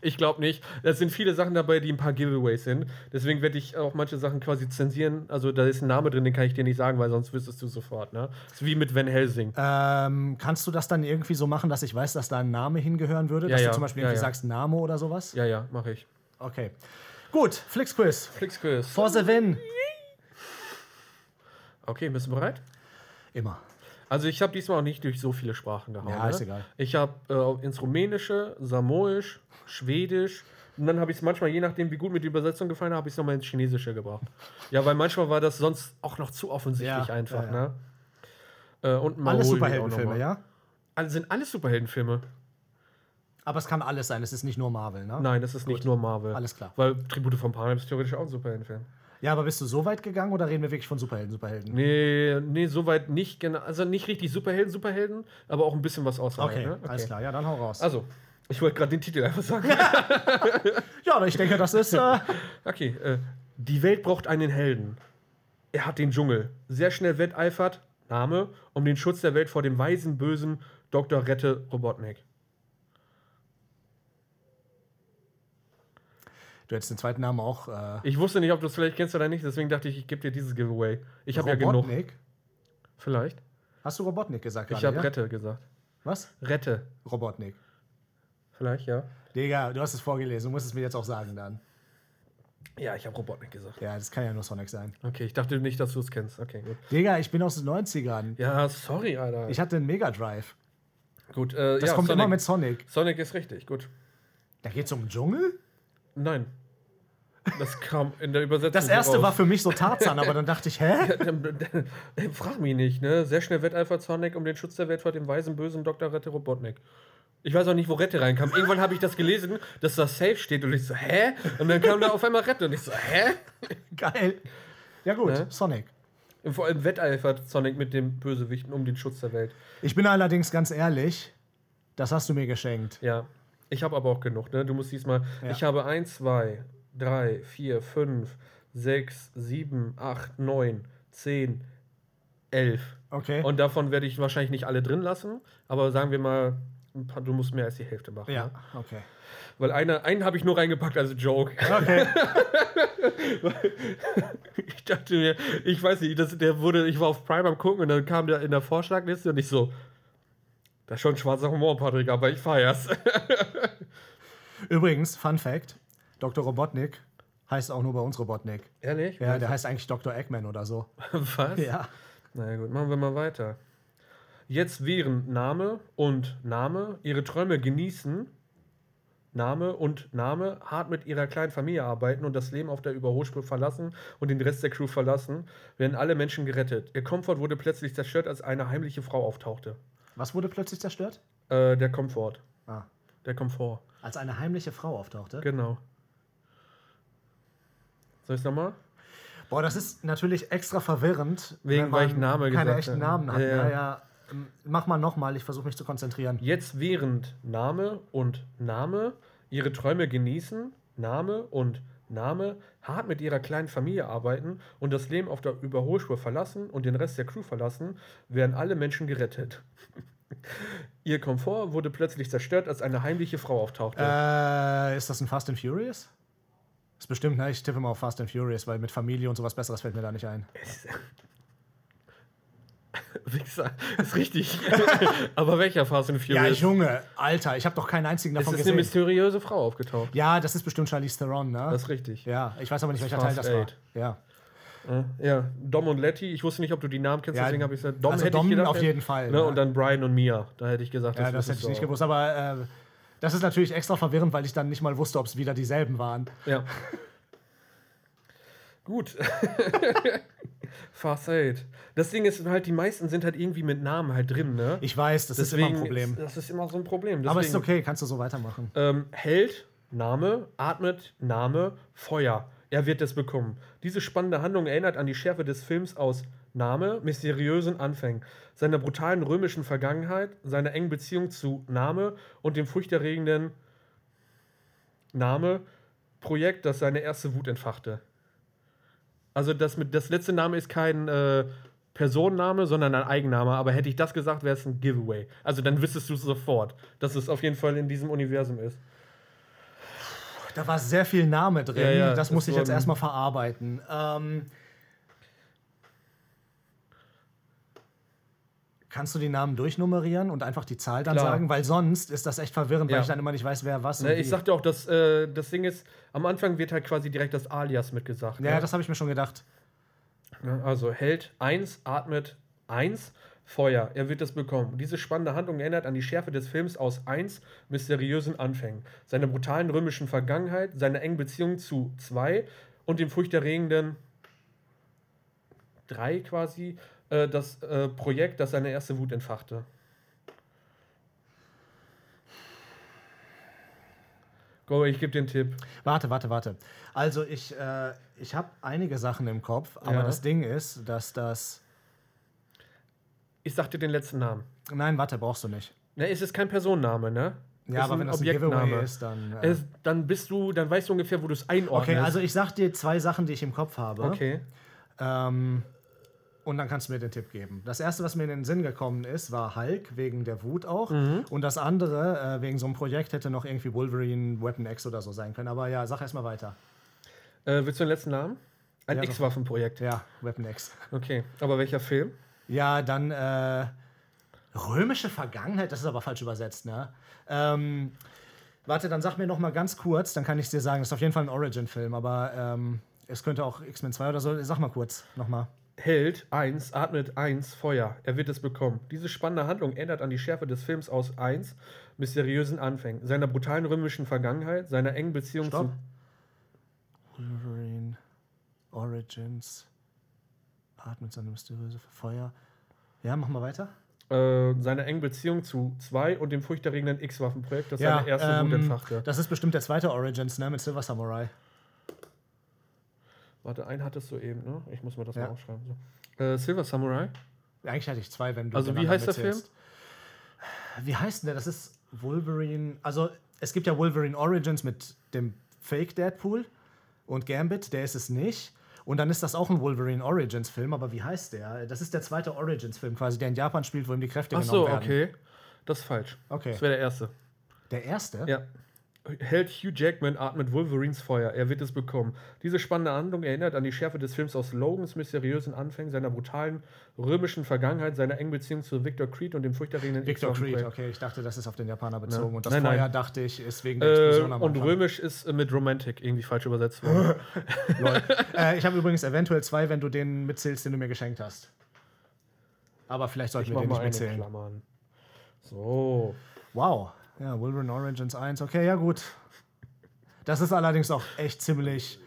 B: Ich glaube nicht. Es sind viele Sachen dabei, die ein paar Giveaways sind. Deswegen werde ich auch manche Sachen quasi zensieren. Also da ist ein Name drin, den kann ich dir nicht sagen, weil sonst wüsstest du sofort. Ne? Ist wie mit Van Helsing.
A: Ähm, kannst du das dann irgendwie so machen, dass ich weiß, dass da ein Name hingehören würde?
B: Ja,
A: dass
B: ja.
A: du zum Beispiel
B: Ja,
A: irgendwie
B: ja.
A: sagst Name oder sowas?
B: Ja, ja, mache ich.
A: Okay. Gut, Flixquiz.
B: Flixquiz.
A: For the win.
B: Okay, bist du bereit?
A: Immer.
B: Also ich habe diesmal auch nicht durch so viele Sprachen gehauen. ne?
A: Ja, ist egal.
B: Ich habe äh, ins Rumänische, Samoisch, Schwedisch. Und dann habe ich es manchmal, je nachdem, wie gut mir die Übersetzung gefallen hat, habe ich es nochmal ins Chinesische gebracht. Ja, weil manchmal war das sonst auch noch zu offensichtlich
A: Ja,
B: einfach.
A: ja,
B: Ne? Äh, und Mongolien auch
A: Alles
B: noch
A: Superheldenfilme,
B: mal.
A: ja?
B: Also sind alles Superheldenfilme?
A: Aber es kann alles sein. Es ist nicht nur Marvel, ne?
B: Nein, das ist nicht nur Marvel.
A: Alles klar.
B: Weil Tribute von Panem ist theoretisch auch ein Superheldenfilm.
A: Ja, aber bist du so weit gegangen oder reden wir wirklich von Superhelden, Superhelden?
B: Nee, nee, soweit nicht genau. Also nicht richtig Superhelden, Superhelden, aber auch ein bisschen was außerhalb.
A: Okay,
B: ne?
A: alles klar. Ja, dann hau raus.
B: Also, ich wollte gerade den Titel einfach sagen.
A: Ja, ich denke, das ist. Äh,
B: Okay, äh, die Welt braucht einen Helden. Er hat den Dschungel. Sehr schnell wetteifert, Name, um den Schutz der Welt vor dem weisen, bösen Dr. Rette Robotnik.
A: du hättest den zweiten Namen auch. Äh,
B: Ich wusste nicht, ob du es vielleicht kennst oder nicht, deswegen dachte ich, ich gebe dir dieses Giveaway. Ich habe ja genug.
A: Robotnik?
B: Vielleicht.
A: Hast du Robotnik gesagt?
B: Ich habe Rette gesagt.
A: Was?
B: Rette.
A: Robotnik.
B: Vielleicht, ja.
A: Digga, du hast es vorgelesen. Du musst es mir jetzt auch sagen dann.
B: Ja, ich habe Robotnik gesagt.
A: Ja, das kann ja nur Sonic sein.
B: Okay, ich dachte nicht, dass du es kennst. Okay, gut.
A: Digga, ich bin aus den 90ern.
B: Ja, sorry, Alter.
A: Ich hatte einen Mega Drive.
B: Gut, äh,
A: Das
B: ja,
A: kommt
B: Sonic.
A: immer mit Sonic.
B: Sonic ist richtig, gut.
A: Da geht's um den Dschungel?
B: Nein. Das kam in der Übersetzung.
A: Das Oh. erste
B: raus.
A: war für mich so Tarzan, aber dann dachte ich, hä?
B: Ey, Frag mich nicht, ne? Sehr schnell Wetteifer Sonic um den Schutz der Welt vor dem weisen, bösen Dr. Rette Robotnik. Ich weiß auch nicht, wo Rette reinkam. Irgendwann habe ich das gelesen, dass da Safe steht und ich so, hä? Und dann kam da auf einmal Rette und ich so, hä?
A: Geil. Ja, gut,
B: Ne?
A: Sonic.
B: Und vor allem wetteifert Sonic mit dem Bösewichten um den Schutz der Welt.
A: Ich bin allerdings ganz ehrlich, das hast du mir geschenkt.
B: Ja. Ich habe aber auch genug, ne? Du musst diesmal.
A: Ja.
B: Ich habe 1, 2, 3, 4, 5, 6, 7, 8, 9, 10, 11.
A: Okay.
B: Und davon werde ich wahrscheinlich nicht alle drin lassen, aber sagen wir mal, ein paar, du musst mehr als die Hälfte machen.
A: ja,
B: ne?
A: okay.
B: Weil eine, einen habe ich nur reingepackt als Joke.
A: Okay.
B: Ich dachte mir, ich weiß nicht, das, der wurde, ich war auf Prime am gucken und dann kam der in der Vorschlagliste und ich so, das ist schon schwarzer Humor, Patrick, aber ich feier's.
A: Übrigens, Fun Fact: Dr. Robotnik heißt auch nur bei uns Robotnik.
B: Ehrlich?
A: Ja, der heißt eigentlich Dr. Eggman oder so.
B: Was?
A: Ja.
B: Na ja, gut, machen wir mal weiter. Jetzt wären Name und Name ihre Träume genießen. Name und Name hart mit ihrer kleinen Familie arbeiten und das Leben auf der Überholspur verlassen und den Rest der Crew verlassen, werden alle Menschen gerettet. Ihr Komfort wurde plötzlich zerstört, als eine heimliche Frau auftauchte.
A: Was wurde plötzlich zerstört?
B: Äh, der Komfort.
A: Ah,
B: Der Komfort.
A: als eine heimliche Frau auftauchte.
B: Genau. Soll ich es nochmal?
A: Boah, das ist natürlich extra verwirrend.
B: Wegen,
A: wenn
B: weil
A: man
B: ich Name
A: keine
B: gesagt
A: echten
B: habe.
A: Namen hat.
B: Ja, ja.
A: Ja, ja. Ähm, Mach mal nochmal, ich versuche mich zu konzentrieren.
B: Jetzt während Name und Name ihre Träume genießen, Name und Name hart mit ihrer kleinen Familie arbeiten und das Leben auf der Überholspur verlassen und den Rest der Crew verlassen, werden alle Menschen gerettet. Ihr Komfort wurde plötzlich zerstört, als eine heimliche Frau auftauchte.
A: Äh, ist das ein Fast and Furious? Ist bestimmt, ne? Ich tippe mal auf Fast and Furious, weil mit Familie und sowas Besseres fällt mir da nicht ein.
B: Wichser, ist richtig. Aber welcher Fast and
A: Ja,
B: Furious?
A: Junge, Alter, ich habe doch keinen einzigen
B: es
A: davon
B: ist
A: gesehen.
B: eine mysteriöse Frau aufgetaucht.
A: Ja, das ist bestimmt Charlize Theron, ne?
B: Das ist richtig.
A: ja, ich weiß aber nicht, welcher Teil
B: Fast
A: das war.
B: Eight.
A: Ja,
B: Ja, Dom und Letty. Ich wusste nicht, ob du die Namen kennst,
A: Ja,
B: deswegen habe ich gesagt, Dom
A: also
B: hätte
A: Dom
B: ich gedacht.
A: auf jeden Fall,
B: Ne?
A: ja.
B: Und dann Brian und Mia. Da hätte ich gesagt,
A: ja das hätte
B: wüsstest
A: ich nicht
B: du auch.
A: gewusst. Aber äh, das ist natürlich extra verwirrend, weil ich dann nicht mal wusste, ob es wieder dieselben waren.
B: Ja. Gut. Fast Eight. Das Ding ist halt, die meisten sind halt irgendwie mit Namen halt drin, ne?
A: Ich weiß, das ist immer ein Problem.
B: Das ist immer so ein Problem. Deswegen,
A: aber ist okay, kannst du so weitermachen.
B: Ähm, Held, Name, atmet, Name, Feuer. Er wird es bekommen. Diese spannende Handlung erinnert an die Schärfe des Films aus Name, mysteriösen Anfängen, seiner brutalen römischen Vergangenheit, seiner engen Beziehung zu Name und dem furchterregenden Name Projekt, das seine erste Wut entfachte. Also das mit das letzte Name ist kein äh, Personenname, sondern ein Eigenname. Aber hätte ich das gesagt, wäre es ein Giveaway. Also dann wüsstest du es sofort, dass es auf jeden Fall in diesem Universum ist.
A: Da war sehr viel Name drin.
B: Ja, ja,
A: das muss
B: das
A: ich jetzt
B: war-
A: erstmal verarbeiten. Ähm, kannst du die Namen durchnummerieren und einfach die Zahl dann
B: Klar.
A: sagen? Weil sonst ist das echt verwirrend,
B: Ja.
A: weil ich dann immer nicht weiß, wer was.
B: Ne,
A: und
B: ich
A: wie.
B: sagte auch, dass äh, das Ding ist, am Anfang wird halt quasi direkt das Alias mitgesagt.
A: ja,
B: ne?
A: das habe ich mir schon gedacht.
B: Ne, Also Held 1 atmet 1 Feuer, er wird es bekommen. Diese spannende Handlung erinnert an die Schärfe des Films aus 1 mysteriösen Anfängen, seiner brutalen römischen Vergangenheit, seiner engen Beziehung zu 2 und dem furchterregenden 3 quasi, äh, das äh, Projekt, das seine erste Wut entfachte. Go, ich gebe den Tipp.
A: Warte, warte, warte. Also ich, äh, ich habe einige Sachen im Kopf, aber
B: Ja.
A: das Ding ist, dass das.
B: Ich sag dir den letzten Namen.
A: Nein, warte, brauchst du nicht.
B: Ne, es ist kein Personenname, ne?
A: Ja,
B: Ist
A: aber
B: ein
A: wenn das ein
B: Objektname.
A: Giveaway ist, dann. Äh,
B: Es, dann bist du, dann weißt du ungefähr, wo du es einordnest.
A: okay, also ne? ich sag dir zwei Sachen, die ich im Kopf habe.
B: Okay.
A: Ähm, und dann kannst du mir den Tipp geben. Das erste, was mir in den Sinn gekommen ist, war Hulk wegen der Wut auch. Und das andere, äh, wegen so einem Projekt, hätte noch irgendwie Wolverine, Weapon X oder so sein können. Aber ja, sag erstmal weiter.
B: Äh, willst du den letzten Namen? Ein
A: Ja, doch.
B: X-Waffenprojekt.
A: Ja, Weapon X.
B: Okay. Aber welcher Film?
A: Ja, dann äh, römische Vergangenheit, das ist aber falsch übersetzt, ne? Ähm, warte, dann sag mir noch mal ganz kurz, dann kann ich dir sagen, das ist auf jeden Fall ein Origin-Film, aber ähm, es könnte auch X-Men 2 oder so. Sag mal kurz noch mal.
B: Held 1 atmet 1 Feuer. Er wird es bekommen. Diese spannende Handlung ändert an die Schärfe des Films aus 1 mysteriösen Anfängen, seiner brutalen römischen Vergangenheit, seiner engen Beziehung
A: Stopp.
B: zu.
A: Wolverine Origins atmet seine mysteriöse Feuer. Ja, mach mal weiter.
B: Äh, seiner engen Beziehung zu 2 und dem furchterregenden X-Waffenprojekt, das seine erste Wut entfachte.
A: Ähm, das ist bestimmt der zweite Origins, ne? Mit Silver Samurai.
B: Warte, einen hattest du eben, ne? Ich muss mir das
A: Ja.
B: mal aufschreiben. So. Äh, Silver Samurai.
A: Eigentlich hatte ich zwei, wenn du.
B: Also, wie
A: miteinander
B: heißt der
A: zählst. Wie heißt denn der? Das ist Wolverine. Also, es gibt ja Wolverine Origins mit dem Fake Deadpool und Gambit, der ist es nicht. Und dann ist das auch ein Wolverine Origins Film, aber wie heißt der? Das ist der zweite Origins Film quasi, der in Japan spielt, wo ihm die Kräfte
B: Ach
A: genommen
B: so,
A: werden.
B: okay. Das ist falsch.
A: Okay.
B: Das wäre der erste.
A: Der erste?
B: Ja. Held Hugh Jackman atmet Wolverines Feuer. Er wird es bekommen. Diese spannende Handlung erinnert an die Schärfe des Films aus Logans mysteriösen Anfängen, seiner brutalen römischen Vergangenheit, seiner engen Beziehung zu Victor Creed und dem furchterregenden
A: Victor Creed,
B: X-Waffenprojekt.
A: okay, ich dachte, das ist auf den Japaner bezogen.
B: Ja.
A: Und das
B: Ne? Nein, nein.
A: Feuer, dachte ich, ist wegen der Explosion
B: Äh,
A: am
B: und
A: Anfang.
B: römisch ist äh, mit Romantic irgendwie falsch übersetzt worden.
A: Lol. äh, ich habe übrigens eventuell zwei, wenn du den mitzählst, den du mir geschenkt hast. Aber vielleicht sollten wir
B: ich mach
A: den
B: mal
A: nicht
B: eine
A: mitzählen.
B: Klammern. So.
A: Wow. Ja, Wolverine Origins 1. Okay, ja, gut. Das ist allerdings auch echt ziemlich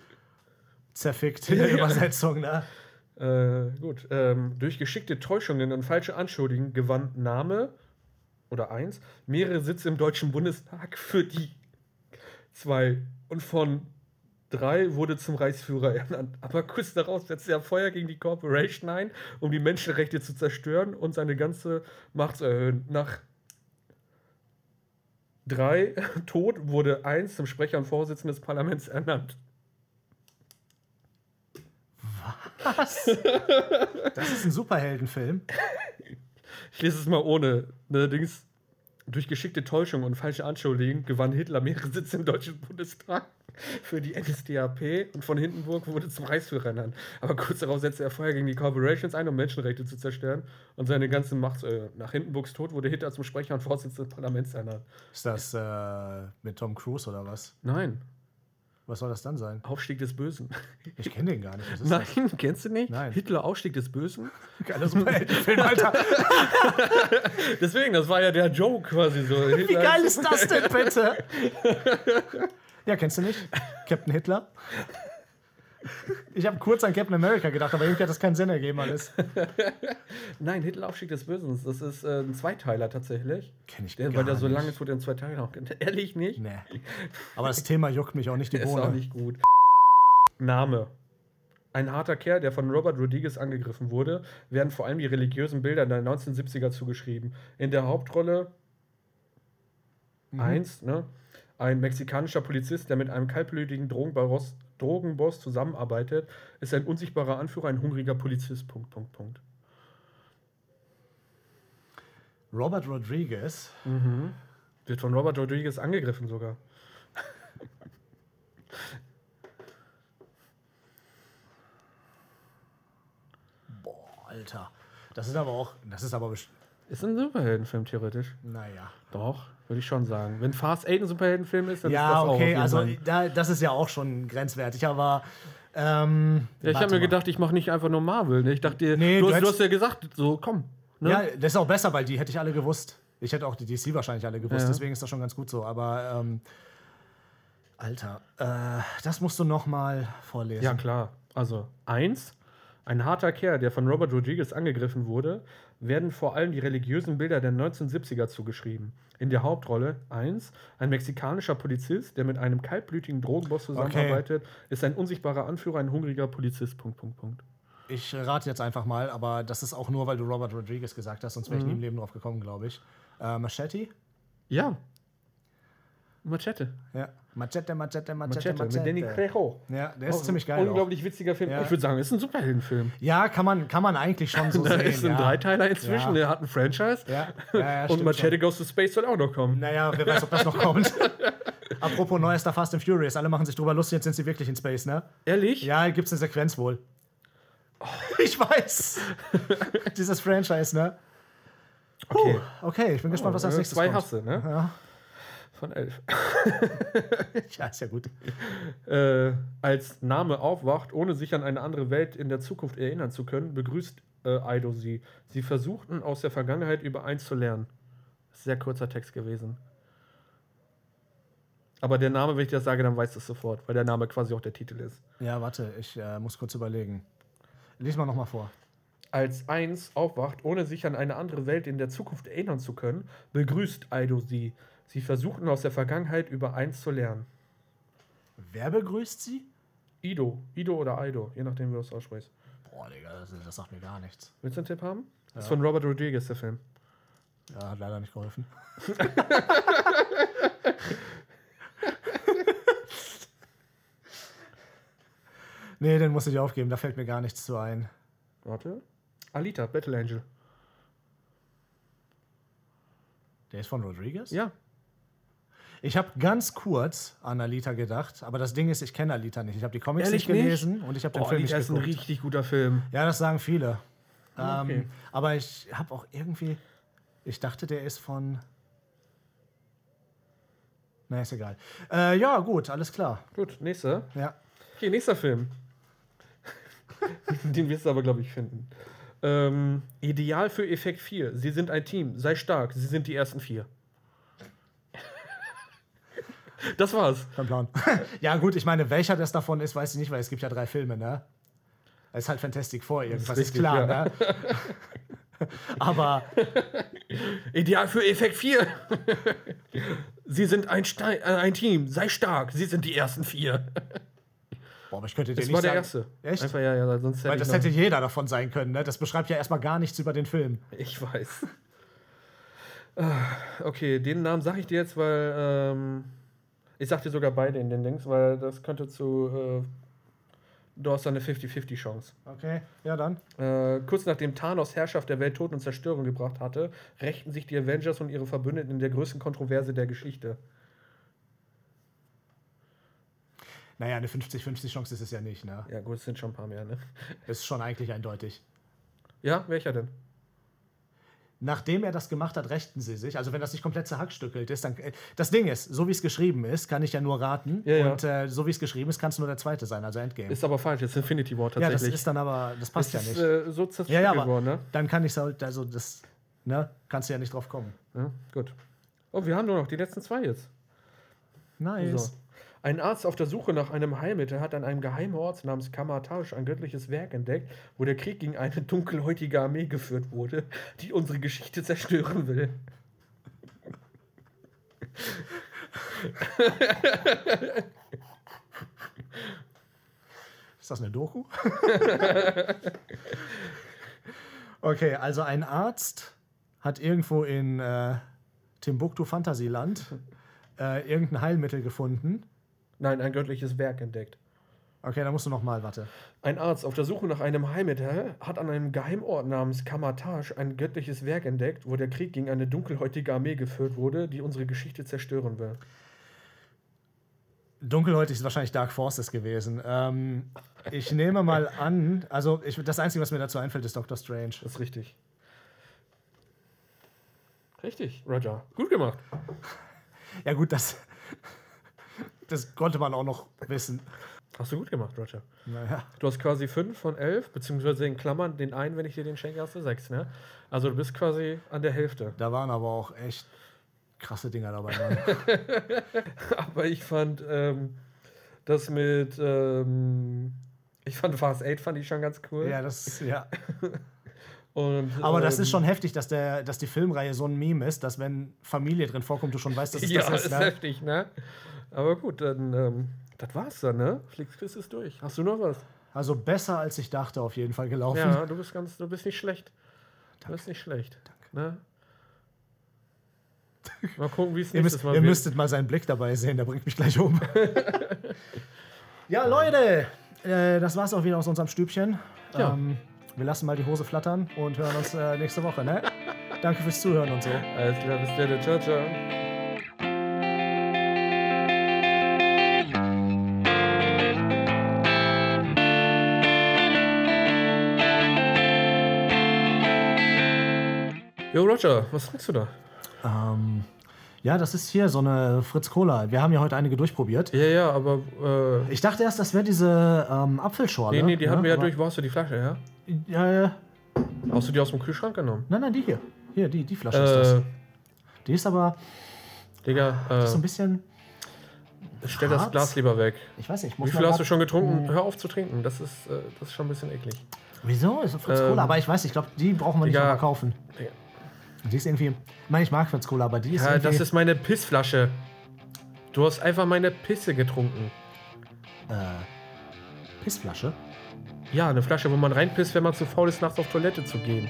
A: zerfickt in der Übersetzung, ne?
B: Äh, gut. Ähm, durch geschickte Täuschungen und falsche Anschuldigungen gewann Name oder eins mehrere Sitze im Deutschen Bundestag für die zwei und von drei wurde zum Reichsführer ernannt. Aber kurz darauf setzte er Feuer gegen die Corporation ein, um die Menschenrechte zu zerstören und seine ganze Macht zu erhöhen. Nach drei Tod wurde eins zum Sprecher und Vorsitzenden des Parlaments ernannt.
A: Was? Das ist ein Superheldenfilm.
B: Ich lese es mal ohne. Allerdings, durch geschickte Täuschung und falsche Anschuldigungen gewann Hitler mehrere Sitze im Deutschen Bundestag für die NSDAP und von Hindenburg wurde zum Reichsführer ernannt. Aber kurz darauf setzte er Feuer gegen die Corporations ein, um Menschenrechte zu zerstören und seine ganze Macht zu erhöhen. Nach Hindenburgs Tod wurde Hitler zum Sprecher und Vorsitzenden des Parlaments ernannt.
A: Ist das äh, mit Tom Cruise oder was?
B: Nein,
A: Was soll das dann sein?
B: Aufstieg des Bösen.
A: Ich kenne den gar nicht. Was ist das?
B: Nein, kennst du nicht?
A: Nein.
B: Hitler, Aufstieg des Bösen?
A: Geiler Superheldenfilm, Alter.
B: Deswegen, das war ja der Joke quasi so.
A: Wie geil ist das denn bitte? Ja, kennst du nicht? Captain Hitler? Ich habe kurz an Captain America gedacht, aber irgendwie hat das keinen Sinn ergeben alles.
B: Nein, Hitler, Aufstieg des Bösen. Das ist äh, ein Zweiteiler tatsächlich.
A: Kenn ich
B: Der,
A: gar
B: weil der so
A: nicht.
B: lange tut in zwei Tagen auch. Ehrlich nicht?
A: Nee. Aber das Thema juckt mich auch nicht die
B: Der ist auch
A: Bohne.
B: nicht gut. Name. Ein harter Kerl, der von Robert Rodriguez angegriffen wurde, werden vor allem die religiösen Bilder der 1970er zugeschrieben. In der Hauptrolle
A: Mhm.
B: eins, ne? Ein mexikanischer Polizist, der mit einem kaltblütigen Drogenboss, Drogenboss zusammenarbeitet, ist ein unsichtbarer Anführer, ein hungriger Polizist. Punkt, Punkt, Punkt.
A: Robert Rodriguez.
B: Wird von Robert Rodriguez angegriffen sogar.
A: Boah, Alter. Das ist aber auch. Das ist aber. best-
B: Ist ein Superheldenfilm theoretisch.
A: Naja.
B: Doch, würde ich schon sagen. Wenn Fast 8 ein Superheldenfilm ist, dann ist das
A: Ja,
B: auch. auf
A: okay,
B: jeden
A: also
B: Fall.
A: da, das ist ja auch schon grenzwertig, aber. Ähm,
B: Ja, ich
A: warte
B: habe mir
A: mal.
B: gedacht, ich mache nicht einfach nur Marvel. Ne? Ich dachte dir,
A: Nee,
B: du,
A: du
B: hast, du
A: hättest-
B: hast ja gesagt, so komm. Ne?
A: Ja, das ist auch besser, weil die hätte ich alle gewusst. Ich hätte auch die DC wahrscheinlich alle gewusst,
B: Ja.
A: deswegen ist das schon ganz gut so. Aber ähm, Alter, äh, das musst du noch mal vorlesen.
B: Ja, klar. Also, eins, ein harter Kerl, der von Robert Rodriguez angegriffen wurde, werden vor allem die religiösen Bilder der 1970er zugeschrieben. In der Hauptrolle, eins, ein mexikanischer Polizist, der mit einem kaltblütigen Drogenboss zusammenarbeitet, ist ein unsichtbarer Anführer, ein hungriger Polizist. Punkt, Punkt, Punkt.
A: Ich rate jetzt einfach mal, aber das ist auch nur, weil du Robert Rodriguez gesagt hast, sonst wäre ich
B: Mhm.
A: nie im Leben drauf gekommen, glaube ich. Äh, Machete?
B: Ja. Machete.
A: Ja. Machete, Machete, Machete,
B: Machete,
A: Machete.
B: mit Danny Trejo.
A: ja, der ist
B: Auch ein
A: ziemlich geil. Auch.
B: Oh, Unglaublich witziger Film.
A: Ja.
B: Ich würde sagen, ist ein Superheldenfilm.
A: Ja, kann man, kann man eigentlich schon so
B: Da
A: sehen.
B: ist ein
A: ja.
B: Dreiteiler inzwischen,
A: Ja.
B: der hat ein Franchise.
A: Ja, ja, ja,
B: und
A: stimmt
B: Machete Goes to Space soll auch noch kommen.
A: Naja, wer weiß, ob das noch kommt. Apropos neuester Fast and Furious, alle machen sich drüber lustig, jetzt sind sie wirklich in Space, ne?
B: Ehrlich?
A: Ja, gibt's eine Sequenz wohl. Ich weiß. Dieses Franchise, ne? Okay.
B: Okay. Äh,
A: okay, ich bin gespannt, was als nächstes
B: Zwei
A: kommt.
B: Hasse, Oh, ne?
A: Ja.
B: Von elf.
A: ja, ist ja gut.
B: Äh, als Name aufwacht, ohne sich an eine andere Welt in der Zukunft erinnern zu können, begrüßt äh, Aido sie. Sie versuchten, aus der Vergangenheit über eins zu lernen. Sehr kurzer Text gewesen. Aber der Name, wenn ich das sage, dann weißt du es sofort, weil der Name quasi auch der Titel ist.
A: Ja, warte, ich äh, muss kurz überlegen. Lies mal nochmal vor.
B: Als eins aufwacht, ohne sich an eine andere Welt in der Zukunft erinnern zu können, begrüßt Aido sie. Sie versuchten, aus der Vergangenheit über eins zu lernen.
A: Wer begrüßt sie?
B: Ido, Ido oder Aido, je nachdem, wie du es aussprichst.
A: Boah, Digga, das, das sagt mir gar nichts.
B: Willst du einen Tipp haben? Das ist von Robert Rodriguez, der Film.
A: Ja, hat leider nicht geholfen. nee, den muss ich aufgeben, da fällt mir gar nichts zu ein.
B: Warte. Alita, Battle Angel.
A: Der ist von Rodriguez?
B: Ja.
A: Ich habe ganz kurz an Alita gedacht, aber das Ding ist, ich kenne Alita nicht. Ich habe die Comics
B: Ehrlich
A: nicht
B: nicht?
A: gelesen und ich habe den
B: Boah,
A: Film
B: Oh, Alita
A: nicht
B: ist ein
A: geguckt.
B: richtig guter Film.
A: Ja, das sagen viele. Ähm,
B: Okay.
A: Aber ich habe auch irgendwie. Ich dachte, der ist von. Na, ist egal. Äh, ja, gut, alles klar.
B: Gut, nächster.
A: Ja.
B: Okay, nächster Film. Den wirst du aber, glaube ich, finden. Ähm, ideal für Effekt 4. Sie sind ein Team. Sei stark. Sie sind die ersten vier. Das war's.
A: Kein Plan. ja, gut, ich meine, welcher das davon ist, weiß ich nicht, weil es gibt ja drei Filme, ne? Es ist halt Fantastic Four, irgendwas ist,
B: richtig,
A: klar,
B: ja.
A: ne? aber
B: Ideal für Effekt 4. Sie sind ein, Stein, äh, ein Team. Sei stark. Sie sind die ersten vier.
A: boah, aber ich könnte dir
B: Das
A: nicht
B: war der
A: sagen.
B: erste.
A: Echt?
B: Einfach, ja, ja, sonst hätte
A: Weil
B: ich
A: das
B: noch-
A: hätte jeder davon sein können, ne? Das beschreibt ja erstmal gar nichts über den Film.
B: Ich weiß. Ah, Okay, den Namen sage ich dir jetzt, weil ähm, ich sag dir sogar beide in den Links, weil das könnte zu. Äh, du hast da eine 50-50 Chance.
A: Okay, ja dann.
B: Äh, kurz nachdem Thanos Herrschaft der Welt Tod und Zerstörung gebracht hatte, rächten sich die Avengers und ihre Verbündeten in der größten Kontroverse der Geschichte.
A: Naja, eine 50-50 Chance ist es ja nicht, ne?
B: Ja, gut, es sind schon ein paar mehr, ne?
A: Ist schon eigentlich eindeutig.
B: Ja, welcher denn?
A: Nachdem er das gemacht hat, rächten sie sich. Also wenn das nicht komplett zerhackstückelt ist, dann. äh, Das Ding ist, so wie es geschrieben ist, kann ich ja nur raten.
B: Ja, ja.
A: Und äh, so wie es geschrieben ist, kann es nur der zweite sein, also Endgame.
B: Ist aber falsch, jetzt Infinity War
A: ja, das
B: tatsächlich.
A: ist dann aber. Das passt ja
B: Es
A: nicht.
B: ist, äh, so zerstört
A: ja, ja, aber
B: worden, ne?
A: dann kann ich halt, also das, ne, kannst du ja nicht drauf kommen.
B: Ja, gut. Oh, wir haben nur noch die letzten zwei jetzt.
A: Nice.
B: So. Ein Arzt auf der Suche nach einem Heilmittel hat an einem geheimen Ort namens Kamatasch ein göttliches Werk entdeckt, wo der Krieg gegen eine dunkelhäutige Armee geführt wurde, die unsere Geschichte zerstören will.
A: Ist das eine Doku? okay, also ein Arzt hat irgendwo in äh, Timbuktu Fantasieland äh, irgendein Heilmittel gefunden.
B: Nein, ein göttliches Werk entdeckt.
A: Okay, da musst du noch mal, warte.
B: Ein Arzt auf der Suche nach einem Heilmittel hat an einem Geheimort namens Kamatasch ein göttliches Werk entdeckt, wo der Krieg gegen eine dunkelhäutige Armee geführt wurde, die unsere Geschichte zerstören will.
A: Dunkelhäutig ist wahrscheinlich Dark Forces gewesen. Ähm, ich nehme mal an, also ich, das Einzige, was mir dazu einfällt, ist Doctor Strange.
B: Das ist richtig. Richtig, Roger. Gut gemacht.
A: Ja gut, das, das konnte man auch noch wissen.
B: Hast du gut gemacht, Roger.
A: Naja.
B: Du hast quasi 5 von 11, beziehungsweise in Klammern den einen, wenn ich dir den schenke, hast du 6, ne? Also du bist quasi an der Hälfte.
A: Da waren aber auch echt krasse Dinger dabei. Mann.
B: Aber ich fand ähm, das mit, ähm, ich fand Fast 8 fand ich schon ganz cool.
A: ja, das, ja.
B: Und,
A: Aber das
B: ähm,
A: ist schon heftig, dass, der, dass die Filmreihe so ein Meme ist, dass wenn Familie drin vorkommt, du schon weißt, dass es
B: Ja,
A: das ist.
B: ist
A: Ne?
B: heftig, ne? Aber gut, dann, ähm, das war's dann, ne? Flixquiz ist durch. Hast du noch was?
A: Also besser, als ich dachte, auf jeden Fall gelaufen.
B: Ja, du bist ganz, du bist nicht schlecht. Du bist nicht schlecht. Ne? Mal gucken, wie es
A: ihr müsst,
B: nächstes Mal
A: ihr müsstet mal seinen Blick dabei sehen, der bringt mich gleich um. ja, Leute, äh, das war's auch wieder aus unserem Stübchen.
B: Ja.
A: Ähm, wir lassen mal die Hose flattern und hören uns äh, nächste Woche. Ne? Danke fürs Zuhören und so.
B: Alles klar, bis dann. Ciao, ciao. Jo, Roger, was sagst du da?
A: Ähm, ja, das ist hier so eine Fritz Cola. Wir haben ja heute einige durchprobiert.
B: Ja, ja, aber. Äh,
A: Ich dachte erst, das wäre diese ähm, Apfelschorle.
B: nee, nee, die haben wir ja
A: aber-
B: durch. Wo hast du die Flasche her?
A: Ja, ja.
B: Hast du die aus dem Kühlschrank genommen?
A: nein, nein, die hier. Hier, die, die Flasche Hm. ist das.
B: Äh,
A: Die ist aber
B: Digga,
A: die ist so ein
B: äh,
A: bisschen.
B: stell das
A: Harz?
B: Glas lieber weg.
A: Ich weiß nicht, ich muss
B: Wie
A: mal
B: viel hast
A: grad-
B: du schon getrunken? Hör auf zu trinken. Das ist, äh, das ist schon ein bisschen eklig.
A: Wieso? Ist Fritz
B: Ähm,
A: Cola, aber ich weiß, ich glaube, die brauchen wir nicht
B: Digga.
A: nochmal kaufen.
B: Digga.
A: Die ist irgendwie. Ich meine, ich mag Fritz Cola, aber die ist
B: Ja,
A: irgendwie.
B: das ist meine Pissflasche. Du hast einfach meine Pisse getrunken.
A: äh, Pissflasche.
B: Ja, eine Flasche, wo man reinpisst, wenn man zu faul ist, nachts auf Toilette zu gehen.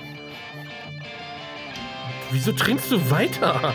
B: Wieso trinkst du weiter?